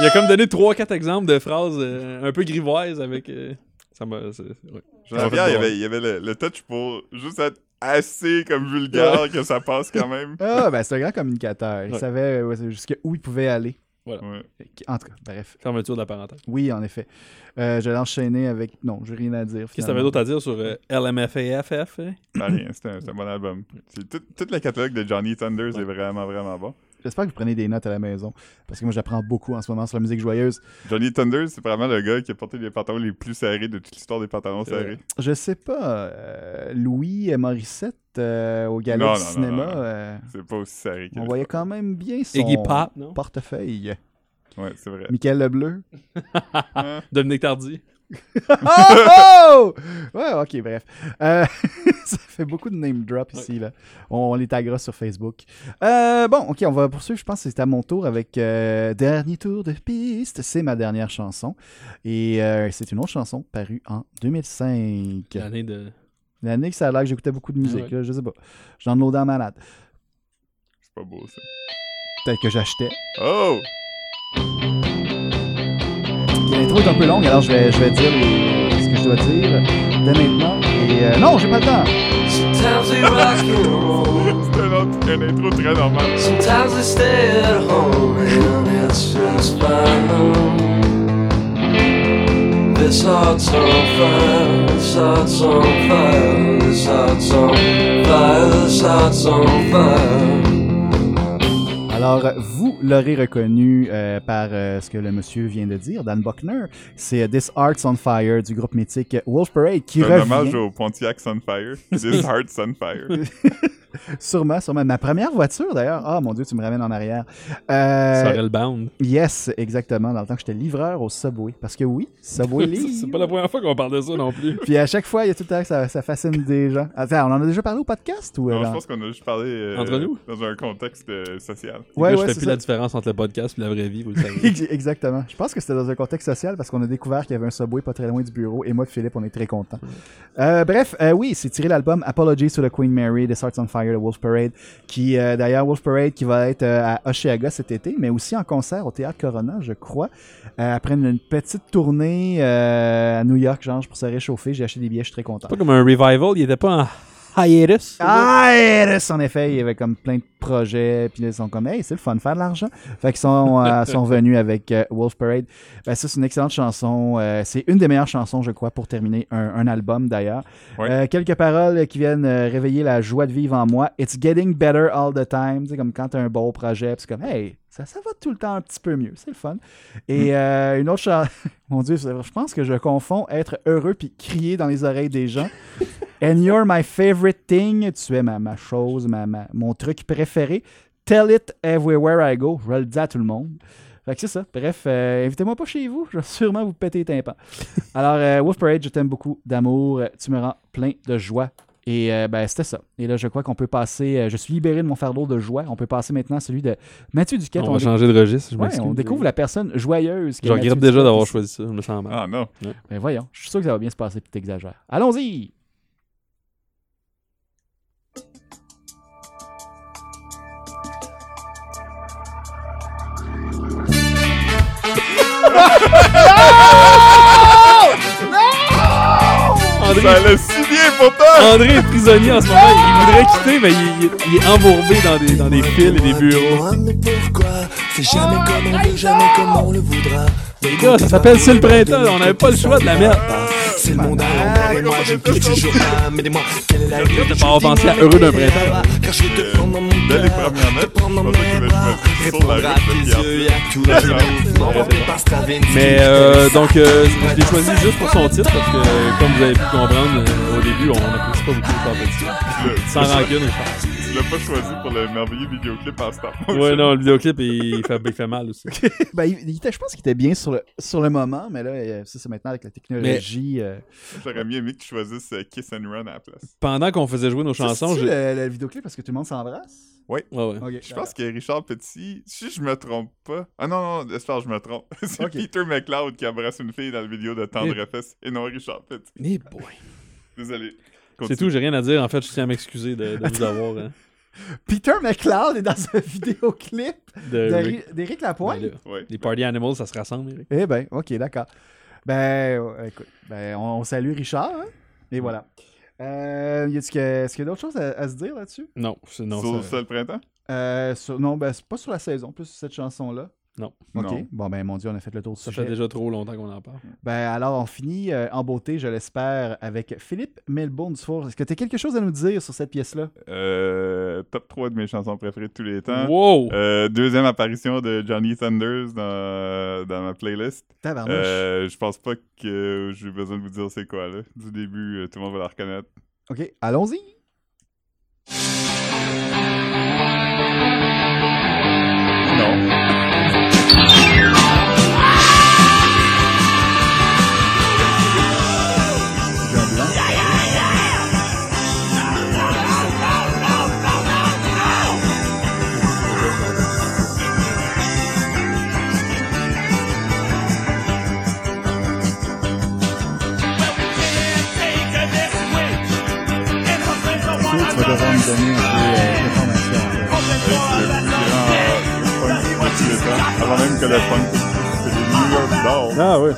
il a comme donné 3-4 exemples de phrases euh, un peu grivoises avec. euh, ça m'a. c'est- ouais.
Jean Lapierre, il y avait, il y avait le, le touch pour juste être assez comme vulgaire que ça passe quand même.
[LAUGHS]
Ah, ben c'est un grand communicateur. Il
Ouais.
savait euh, jusqu'où il pouvait aller.
Voilà.
En tout cas, bref.
Fermeture de la parenthèse.
Oui, en effet. Euh, je vais l'enchaîner avec. Non, j'ai rien à dire.
Qu'est-ce que t'avais d'autre à dire sur euh, LMFAFF hein?
Ben rien, c'est un, c'est un bon album. C'est Tout, tout le catalogue de Johnny Thunders est vraiment, vraiment bon.
J'espère que vous prenez des notes à la maison. Parce que moi, j'apprends beaucoup en ce moment sur la musique joyeuse.
Johnny Thunders, c'est vraiment le gars qui a porté les pantalons les plus serrés de toute l'histoire des pantalons serrés.
Je sais pas. euh, Louis Morissette euh, au galop
Non,
du
non, non,
cinéma.
non, non.
euh,
C'est pas aussi serré que
on voyait quand même bien son
Iggy Pop, non?
portefeuille.
Ouais, c'est vrai.
Michael Lebleu.
Dominique Tardy.
oh, oh! Ouais, ok, bref. Euh, [LAUGHS] ça fait beaucoup de name drop ici. Là. On, on les taguera sur Facebook. Euh, bon, ok, on va poursuivre. Je pense que c'est à mon tour avec euh, Dernier tour de piste. C'est ma dernière chanson. Et euh, c'est une autre chanson parue en 2005.
L'année de.
L'année que ça a l'air que j'écoutais beaucoup de musique.
ouais.
là, je sais pas. J'en ai dans malade.
C'est pas beau, ça.
Peut-être que j'achetais.
Oh!
L'intro est un peu longue, alors je vais, je vais dire les- ce que je dois dire dès maintenant. Et euh, non, j'ai pas le temps.
Sometimes we rock and roll.
C'est un autre- une intro très normale.
Sometimes we stay at home and it's just fine. This heart's on fire, this heart's on fire, this heart's on fire, this heart's on fire.
Alors, euh, vous l'aurez reconnu euh, par euh, ce que le monsieur vient de dire, Dan Buckner. C'est euh, This Heart's on Fire du groupe mythique Wolf Parade qui
C'est un
revient.
hommage au Pontiac
[LAUGHS]
Sunfire. This Heart Sunfire.
Sûrement, sûrement. Ma première voiture, d'ailleurs. Ah, mon Dieu, tu me ramènes en arrière. Euh,
Sorelbound.
Yes, exactement. Dans le temps que j'étais livreur au Subway. Parce que [LAUGHS] oui,
[LAUGHS]
Subway livre.
c'est pas la première fois qu'on parle de ça non plus.
Puis à chaque fois, il y a tout le temps que ça, ça fascine des gens. Attends, on en a déjà parlé au podcast ou euh,
Non, je
dans-
pense qu'on a juste parlé euh,
Entre nous?
dans un contexte euh, social.
Ouais,
Là,
ouais,
je fais
c'est
plus
ça.
la différence entre le podcast et la vraie vie, vous le savez.
[LAUGHS]
[LAUGHS]
Ex- Exactement. Je pense que c'était dans un contexte social parce qu'on a découvert qu'il y avait un subway pas très loin du bureau et moi et Philippe, on est très contents. Euh, bref, euh, oui, c'est tiré de l'album Apology to the Queen Mary, The Hearts on Fire, The Wolf Parade, qui euh, d'ailleurs Wolf Parade qui va être euh, à Oshiaga cet été, mais aussi en concert au Théâtre Corona, je crois. Euh, après une, une petite tournée euh, à New York, genre, pour se réchauffer, j'ai acheté des billets, je suis très content.
pas comme un revival, il était pas en hiatus.
Ah, Eris, en effet, il y avait comme plein de projets, puis là, ils sont comme, hey, c'est le fun de faire de l'argent. Fait qu'ils sont, euh, sont venus avec euh, Wolf Parade. Ben, ça, c'est une excellente chanson. Euh, c'est une des meilleures chansons, je crois, pour terminer un, un album, d'ailleurs.
Ouais.
Euh, quelques paroles qui viennent euh, réveiller la joie de vivre en moi. It's getting better all the time. C'est comme quand t'as un beau projet, puis c'est comme, hey, ça, ça va tout le temps un petit peu mieux. C'est le fun. Et euh, une autre chanson. [LAUGHS] Mon Dieu, c'est- je pense que je confonds être heureux puis crier dans les oreilles des gens. And you're my favorite thing. Tu es ma, ma chose, ma, ma- mon truc préféré. Tell it everywhere I go. Je le dis à tout le monde. Fait que c'est ça. Bref, euh, invitez-moi pas chez vous. [LAUGHS] Je vais sûrement vous péter les tympans. Alors, euh, Wolf Parade, je t'aime beaucoup d'amour. Euh, Tu me rends plein de joie. Et euh, ben, c'était ça. Et là, je crois qu'on peut passer. euh, je suis libéré de mon fardeau de joie. On peut passer maintenant à celui de Mathieu Duquette.
On va
dé-
changer de registre, je
Ouais,
m'excuse.
on découvre la personne joyeuse. qu'est
Je regrette
Mathieu
déjà
Duquette.
d'avoir choisi ça, je me sens mal.
Ah non.
Ben voyons, je suis sûr que ça va bien se passer, puis t'exagères. Allons-y!
Ça l'a si bien pour toi!
Ah.
André est prisonnier en ce moment. Il voudrait quitter, mais il, il- il est embourbé dans des, dans des fils et des bureaux.
C'est jamais comme on veut, jamais comme on le voudra.
Les gars, ça s'appelle C'est le printemps. On n'avait pas le choix de la mettre.
C'est le monde à l'envers et moi je ne peux toujours pas. Mais dis-moi, quelle est la vie
de pas penser à Heureux d'un printemps.
Car je vais te prendre dans mon cœur, te prendre dans mes bras, répondre à tes yeux et à tous les mouvements. Pas Stravinsky,
Mais euh, donc, euh, je l'ai choisi juste pour son titre parce que, euh, comme vous avez pu comprendre euh, au début, on n'apprécie pas beaucoup le compétition. Sans rancune, Richard.
Tu l'as pas choisi pour le merveilleux vidéoclip en Star Wars.
Ouais, non, le vidéoclip, il, il fait, il fait mal
[LAUGHS]
aussi.
Ben, il- il était- je pense qu'il était bien sur le, sur le moment, mais là, euh, ça, c'est maintenant avec la technologie. euh,
J'aurais mieux aimé que tu choisisses euh, Kiss and Run à la place.
Pendant qu'on faisait jouer nos
ça,
chansons,
c'est-tu le,
j'ai.
le vidéoclip parce que tout le monde s'embrasse.
Oui.
Ouais, ouais.
Ok.
Je pense que Richard Petit, si je me trompe pas. Ah non, non, j'espère que je me trompe. [LAUGHS] C'est
Ok.
Peter McLeod qui embrasse une fille dans la vidéo de Tendre Fesse et non Richard Petit.
Eh boy.
Désolé.
C'est tout, j'ai rien à dire. En fait, je tiens à m'excuser de, de vous avoir. hein.
Peter McLeod est dans un [LAUGHS] vidéoclip
De
de
Rick-
Ri- d'Éric Lapointe.
Ben là, Les Party Animals, ça se rassemble, Eric.
Eh ben, ok, d'accord. Ben, euh, écoute, ben, on, on salue Richard. hein? Et voilà. Euh, y a-t-il que- Est-ce qu'il y a d'autres choses à, à se dire là-dessus?
Non, c'est non.
Sur
ça-
ça, le printemps?
Euh, sur- non, ben, c'est pas sur la saison, plus sur cette chanson-là.
Non.
Ok.
Non.
Bon, ben, mon Dieu, on a fait le tour du
Ça
sujet.
fait déjà trop longtemps qu'on en parle.
Ben, alors, on finit euh, en beauté, je l'espère, avec Philippe Melbourne Dufour. Est-ce que tu as quelque chose à nous dire sur cette pièce-là?
Euh, top 3 de mes chansons préférées de tous les
Ben,
temps.
Wow!
Euh, deuxième apparition de Johnny Thunders dans, dans ma playlist.
Tabarnouche.
Euh, je pense pas que j'ai besoin de vous dire c'est quoi, là. Du début, euh, tout le monde va la reconnaître.
Ok, allons-y.
Tu vas devoir me donner un peu
Euh, c'est le plus grand, euh, punk de tous les temps. Avant même que le punk, c'est les New York Dolls.
Ah oui.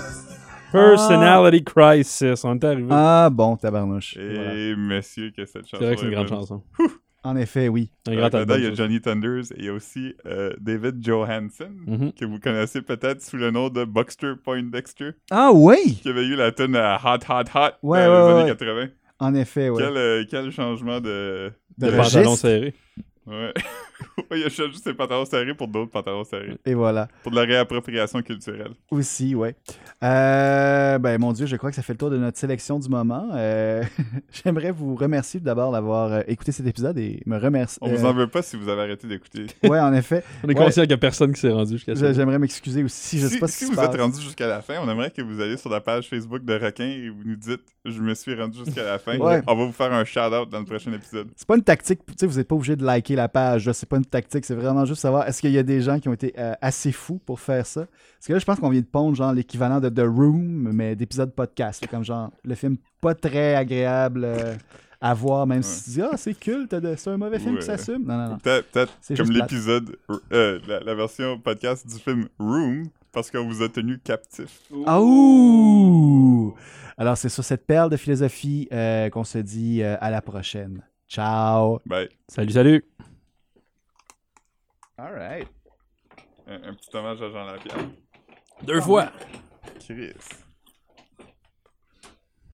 Personality Crisis, on est arrivé.
Ah bon, tabarnouche.
Et monsieur, que cette chanson.
vrai que c'est une grande
bonne.
chanson.
Ouh!
En effet, oui.
Un
Euh,
grand
Dedans,
album.
il y a
ça.
Johnny Thunders et il y a aussi euh, David Johansen,
Mhm.
que vous connaissez peut-être sous le nom de Buxter Poindexter,
Ah oui!
qui avait eu la tune euh, Hot Hot Hot
Ouais,
dans
ouais,
les
ouais.
années 80.
En effet, oui.
Quel, euh, quel changement de.
De
Le pantalon
registre.
serré.
Ouais. [LAUGHS] Ouais, il a changé ses pantalons serrés pour d'autres pantalons serrés.
Et voilà.
Pour de la réappropriation culturelle.
Aussi, ouais. Euh, ben, mon Dieu, je crois que ça fait le tour de notre sélection du moment. Euh, [LAUGHS] J'aimerais vous remercier d'abord d'avoir euh, écouté cet épisode et me remercier.
Euh,
euh,
On vous en veut pas si vous avez arrêté d'écouter.
Ouais, en effet.
[LAUGHS]
On est
Ouais,
conscient qu'il n'y a personne qui s'est rendu jusqu'à ça.
je- J'aimerais m'excuser aussi. Je sais
si
pas ce
si
qui se
vous
passe.
êtes rendu jusqu'à la fin, on aimerait que vous alliez sur la page Facebook de Requin et vous nous dites Je me suis rendu jusqu'à la fin.
Ouais.
On va vous faire un shout-out dans le prochain épisode.
C'est pas une tactique, tu sais, vous n'êtes pas obligé de liker la page, là, c'est pas une tactique, c'est vraiment juste savoir est-ce qu'il y a des gens qui ont été euh, assez fous pour faire ça. Parce que là, je pense qu'on vient de pondre genre l'équivalent de The Room, mais d'épisode podcast, là, comme genre le film pas très agréable euh, à voir, même si tu dis ah c'est culte, de- c'est un mauvais film
Ouais.
qui s'assume. Non non non.
Ou Peut-être peut-être
Ah. C'est
comme
juste plate.
l'épisode, euh, la, la version podcast du film Room, parce qu'on vous a tenu captif.
Ah, ouh! Alors c'est sur cette perle de philosophie euh, qu'on se dit euh, à la prochaine. Ciao.
Bye.
Salut, salut.
All right.
Un, un petit hommage à Jean Lapierre.
Deux fois.
Chris.